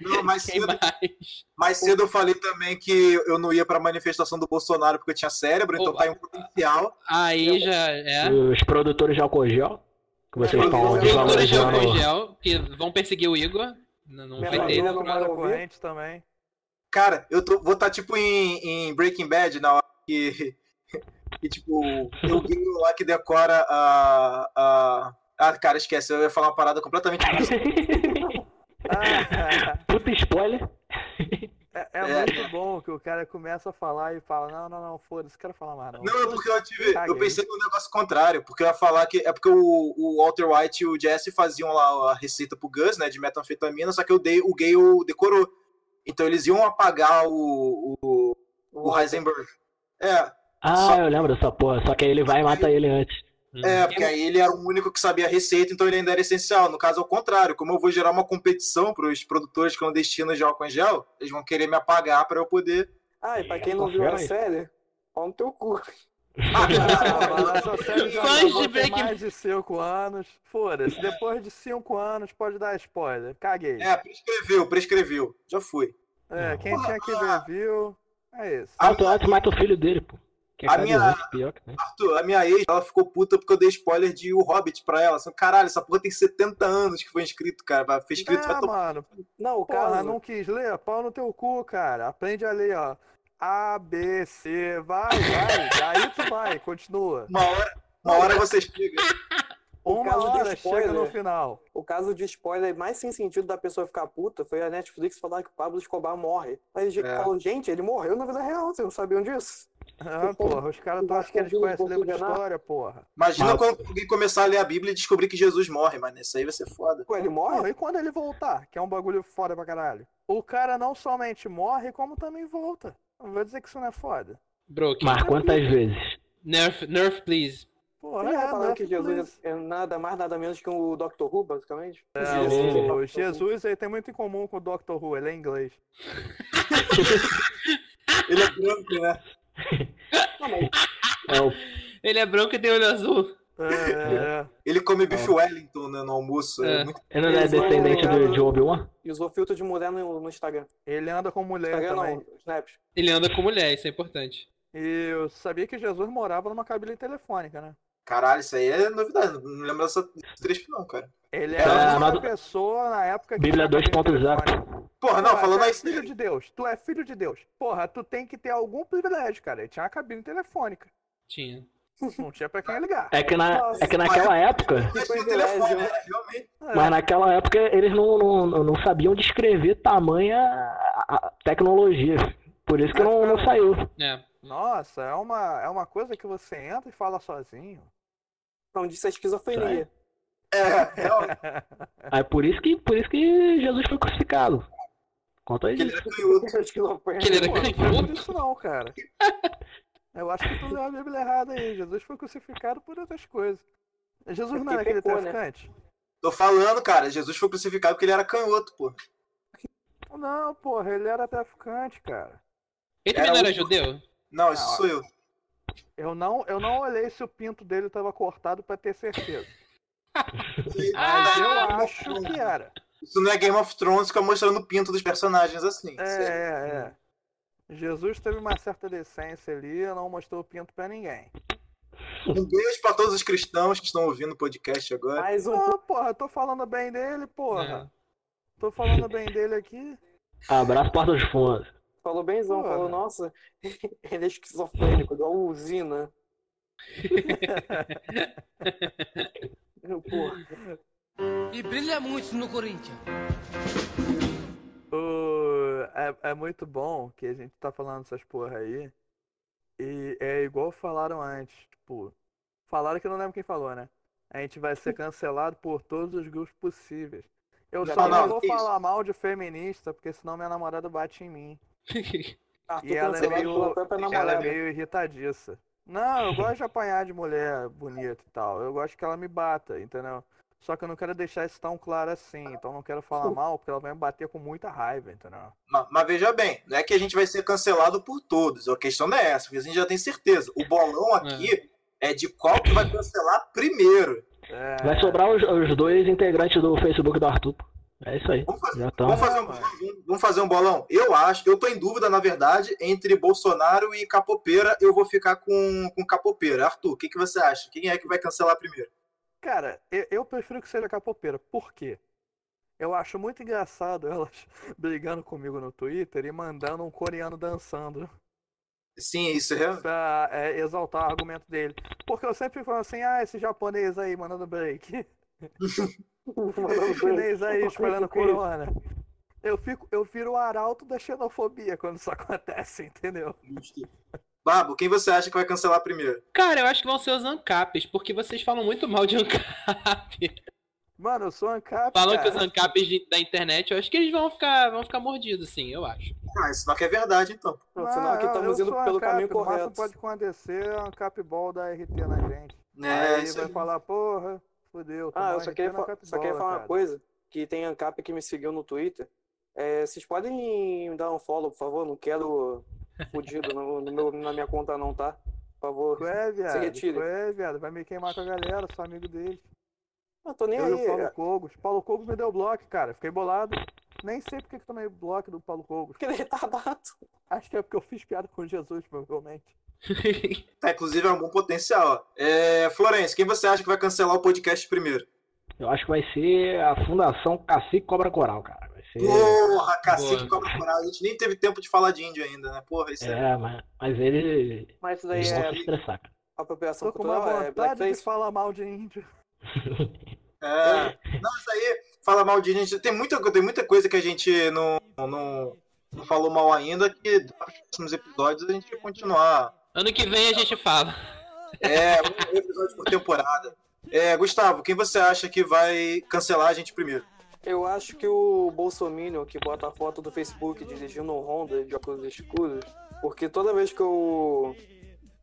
Não, mais
quem
cedo,
mais?
mais cedo eu falei também que eu não ia pra manifestação do Bolsonaro porque eu tinha cérebro, então
Opa.
tá em um potencial.
Aí já é.
Os produtores de álcool gel, que vocês
É,
estão
os produtores
Produtores de
desvalorizando.
álcool gel, que vão perseguir o Igor. Não, não vai
Minha
ter.
família-
Não,
vai ouvir?
corrente também.
Cara, eu tô- vou estar tipo em, em Breaking Bad na hora que, que tipo, eu ganho lá que decora a, a. Ah, cara, esquece, eu ia falar uma parada completamente.
Ah,
Puta spoiler.
É, é
É.
muito bom que o cara começa a falar e fala: Não, não, não, foda-se, quero falar mais não.
Não, é porque eu tive. Eu
Caguei.
pensei no negócio contrário, porque eu ia falar que. É porque o, o Walter White e o Jesse faziam lá a receita pro Gus, né? De metanfetamina, só que eu dei, o gay o decorou. Então eles iam apagar o, o, o Heisenberg. É,
Ah,
Só-
eu lembro dessa porra, só que aí ele vai e mata ele antes.
Hum.
é, porque aí ele era o único que sabia a receita, então ele ainda era essencial. No caso, ao contrário, como eu vou gerar uma competição pros produtores clandestinos de álcool em gel, eles vão querer me apagar pra eu poder.
Ah, e pra quem não viu a
Confere aí.
série, pau no teu cu.
Ah, mas essa série já
Fãs de
acabou tem
Breaking-
mais de 5 anos. Foda-se, depois de 5 anos pode dar spoiler. Caguei.
É, prescreveu, prescreveu. Já fui.
É, quem tinha que ver, viu? É isso.
Ah, tu antes mata o filho dele, pô. Que é
A minha- Ah,
cadeirante, pior que né? tem.
Arthur, a minha ex, ela ficou puta porque eu dei spoiler de O Hobbit pra ela. Assim, Caralho, essa porra tem 70 anos que foi inscrito, cara. vai- Foi escrito, vai
Ah,
tomar.
mano,
Não, o
porra,
caso.
não quis ler? Pau no teu cu, cara. Aprende a ler, ó. A, B, C, vai, vai. Aí tu vai, continua.
Uma hora, uma hora você chega.
O
Uma
caso do
hora chega no
spoiler.
final.
O caso de spoiler mais sem sentido da pessoa ficar puta foi a Netflix falar que o Pablo Escobar morre. Aí ele
É.
falou, gente, ele morreu na vida real, vocês não sabiam disso?
Ah, porra, os caras tu acha que eles
Confundiu um
conhecem
pouco
livro de
de nada.
história, porra.
Imagina
Mata.
quando alguém começar a ler a Bíblia e descobrir que Jesus morre, mano. Isso aí vai ser foda.
Pô, ele
Não,
morre?
e quando ele voltar, que é um bagulho foda pra caralho. O cara não somente morre, como também volta. Não vou dizer que isso não é foda.
Broken.
Mas quantas vezes?
Nerf, nerf, please.
Porra,
Vocês já repararam
né?
que
Mas-
Jesus é nada mais, nada menos que o Dr. Who, basicamente?
É,
Jesus.
o Jesus ele tem muito em comum com o Dr. Who, ele é inglês.
Ele é branco, né?
É o
Ele é branco e tem olho azul.
É, é, é.
Ele come bife Wellington né, no almoço. É.
É.
muito-
Ele não é
Eles vão
descendente
jogar
do,
no-
de Obi-Wan?
E usou filtro de mulher no, no Instagram.
Ele anda com mulher
Instagram
É, também.
não, Snap.
Ele anda com mulher, isso é importante.
E eu sabia que Jesus morava numa cabine telefônica, né?
Caralho, isso aí é novidade. Não lembro dessa trecho, não, cara.
Ele
É,
era uma
mas-
pessoa na época que
Bíblia
tinha cabine
2.0.
telefônica.
Porra, não,
Porra,
falando
tu é
aí.
filho de Deus, tu é filho de Deus. Porra, tu tem que ter algum privilégio, cara. Ele tinha uma cabine telefônica.
Tinha.
Não tinha pra quem ligar.
É que, na, é que naquela época,
Mas
Foi
no telefone,
Elésio.
né? Realmente.
É. mas naquela época eles não, não, não sabiam descrever tamanha a- a tecnologia. Por isso que não, não saiu.
É.
Nossa, é uma, é uma coisa que você entra e fala sozinho.
Não, disse a esquizofrenia.
É, realmente.
Aí É por isso que, por isso que Jesus foi crucificado. Conta
Porque ele
isso.
era canhoto.
é
Que ele
esquizofrenia.
era
Pô, não foi por
canhoto.
isso não, cara. Eu acho que tu leu a Bíblia errada aí. Jesus foi crucificado por outras coisas. Jesus não
Porque
era aquele
pecou, né?
traficante?
Tô falando, cara. Jesus foi crucificado porque ele era canhoto, pô.
Não, porra, ele era traficante, cara.
Ele também não
Era
era
o-
judeu?
Não, isso
Não,
sou eu.
Eu não, eu não olhei se o pinto dele tava cortado pra ter certeza.
Ah,
Mas eu
é.
Ah,
acho que era.
Isso não é Game of Thrones, fica mostrando o pinto dos personagens assim.
É, é, é. Jesus teve uma certa decência ali, não mostrou o pinto pra ninguém.
Um beijo pra todos os cristãos que estão ouvindo o podcast agora.
Mais um
Não, porra, eu tô falando bem dele, porra.
É.
Tô falando bem dele aqui.
Abraço, porta dos fundos.
Falou benzão,
Porra.
falou, nossa, ele é esquizofrênico, igual o usina. Porra,
E brilha muito no Corinthians.
O- É, é muito bom que a gente tá falando essas porra aí. E é igual falaram antes, tipo, falaram que eu não lembro quem falou, né? A gente vai ser cancelado por todos os grupos possíveis. Eu
Já
só
tá
não
na
vou
lista.
falar mal de feminista, porque senão minha namorada bate em mim.
Arthur
E ela é
cancelado
meio-
pela própria
Ela é
namorada.
meio irritadiça. Não, eu gosto de apanhar de mulher bonita e tal. Eu gosto que ela me bata, entendeu? Só que eu não quero deixar isso tão claro assim. Então eu não quero falar mal, porque ela vai me bater com muita raiva, entendeu?
Ma- Mas, veja bem, não é que a gente vai ser cancelado por todos. A questão não é essa, porque a gente já tem certeza. O bolão aqui é, de qual que vai cancelar primeiro.
É.
Vai sobrar os, os dois integrantes do Facebook do Arthur. pô. É isso aí.
Vamos fazer,
Já
vamos
estamos.
fazer um, vamos fazer um bolão? Eu acho, eu tô em dúvida, na verdade, entre Bolsonaro e Capopeira. Eu vou ficar com, com Capopeira. Arthur, o que, que você acha? Quem é que vai cancelar primeiro?
Cara, eu, eu prefiro que seja capoeira. Por quê? Eu acho muito engraçado elas brigando comigo no Twitter e mandando um coreano dançando
Sim, isso é.
pra é, exaltar o argumento dele. Porque eu sempre falo assim, ah, esse japonês aí mandando break.
Mandando
Esse
um
bem.
chinês aí espalhando corona. Eu, fico, eu viro o arauto da xenofobia quando isso acontece, entendeu?
Babo, quem você acha que vai cancelar primeiro?
Cara, eu acho que vão ser os ANCAPs, porque vocês falam muito mal de ANCAP.
Mano, eu sou ancap,
Falam que
cara.
os ANCAPs de- da internet, eu acho que eles vão ficar, vão ficar mordidos, sim, eu acho.
Ah, isso não que é verdade, então.
Não,
Ah,
sinal que
eu- eu
estamos indo
sou
pelo
ANCAP,
caminho
o máximo
correto.
pode acontecer é um capball da RT na gente.
É,
aí
isso
vai
aí.
falar, porra, fodeu.
Ah, eu só queria, fa- só queria falar uma coisa, que tem ANCAP que me seguiu no Twitter. É, vocês podem dar um follow, por favor? Não quero fudido no, no meu- na minha conta não, tá? Por favor.
Ué, é, viado,
retire.
ué, viado, vai me queimar com a galera, sou amigo dele.
Não, tô nem
Eu e o Paulo
aí. é,
Cogos. Paulo Cogos me deu bloco, cara, fiquei bolado. Nem sei porque que tomei bloco do Paulo Cogos.
Porque ele é retardado.
Acho que é porque eu fiz piada com Jesus, provavelmente.
Tá, inclusive é um bom potencial. ó. É, Florence, quem você acha que vai cancelar o podcast primeiro?
Eu acho que vai ser a Fundação Cacique Cobra Coral, cara. Vai ser.
Porra, cacete,
Boa.
cobra coral. A gente nem teve tempo de falar de índio ainda, né? Porra, isso é.
É, mas, mas ele.
Mas isso daí
Eles vão
é
se estressar, cara.
apropriação
Tô com uma
cultural, é
vontade de
blackface.
falar mal de índio.
é. Não, isso aí, fala mal de índio. Tem muita, tem muita coisa que a gente não, não, não falou mal ainda, que nos próximos episódios a gente vai continuar.
Ano que vem a gente fala.
É, um episódio por temporada. É, Gustavo, quem você acha que vai cancelar a gente primeiro?
Eu acho que o Bolsominion que bota a foto do Facebook dirigindo um Honda de óculos escuros, porque toda vez que eu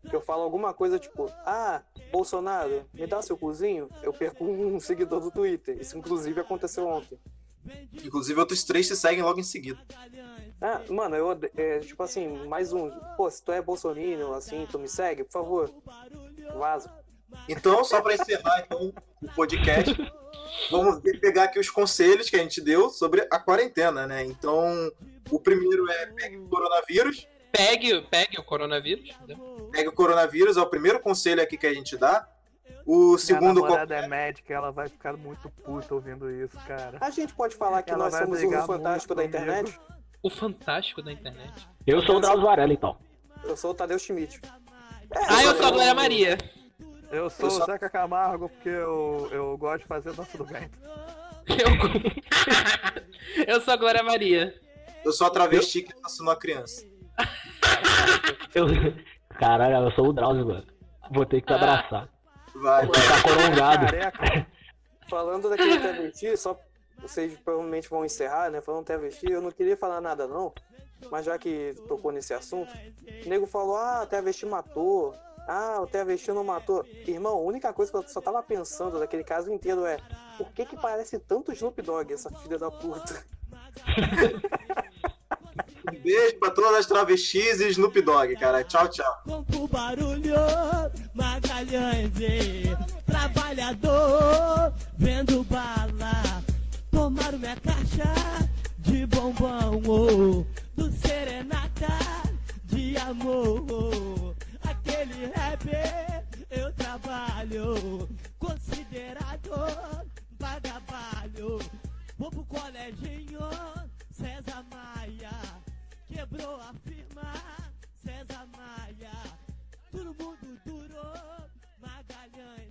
que eu falo alguma coisa tipo, ah, Bolsonaro, me dá seu cozinho, eu perco um seguidor do Twitter. Isso inclusive aconteceu ontem.
Inclusive, outros três se seguem logo em seguida.
Ah, mano, eu ode- é, tipo assim, mais um. Pô, se tu é Bolsominion, assim, tu me segue, por favor. Vaso.
Então, só para encerrar então, o podcast, vamos ver- pegar aqui os conselhos que a gente deu sobre a quarentena, né? Então, o primeiro é pegue o coronavírus.
Pegue, pegue o coronavírus. né? entendeu?
Pegue o coronavírus, é o primeiro conselho aqui que a gente dá. O segundo.
Minha namorada é médica, ela vai ficar muito puta ouvindo isso, cara.
A gente pode falar que
Ela
nós
vai
somos o
brigar
fantástico da
muito comigo.
internet?
O fantástico da internet.
Eu sou o Drauzio Varela, então.
Eu sou o Tadeu Schmidt.
Ah, eu sou a Glória Maria.
Eu sou
Eu
o
só-
Zeca Camargo porque eu, eu gosto de fazer dança do vento.
Eu, eu sou a Glória Maria.
Eu sou a travesti que assassinou a criança.
Eu... Caralho, eu sou o Drauzio, mano. Vou ter que te abraçar.
Vai,
Vou
vai.
ficar corongado.
Careca,
Falando daquele travesti, só vocês provavelmente vão encerrar, né? Falando travesti, eu não queria falar nada não, mas já que tocou nesse assunto, o nego falou: "Ah, o travesti matou. Ah, o travesti não matou". Irmão, a única coisa que eu só tava pensando daquele caso inteiro é: por que que parece tanto Snoop Dogg essa filha da puta?
Um beijo pra todas as travestis e Snoop Dogg, cara. Tchau, tchau.
Pouco barulho, Magalhães e trabalhador vendo bala. Tomaram minha caixa de bombom oh, do serenata de amor. oh. Aquele rap eu trabalho, considerado vagabalho. Vou pro coleginho, César Maia. Quebrou a firma, César Maia. Todo mundo duro, Magalhães.
É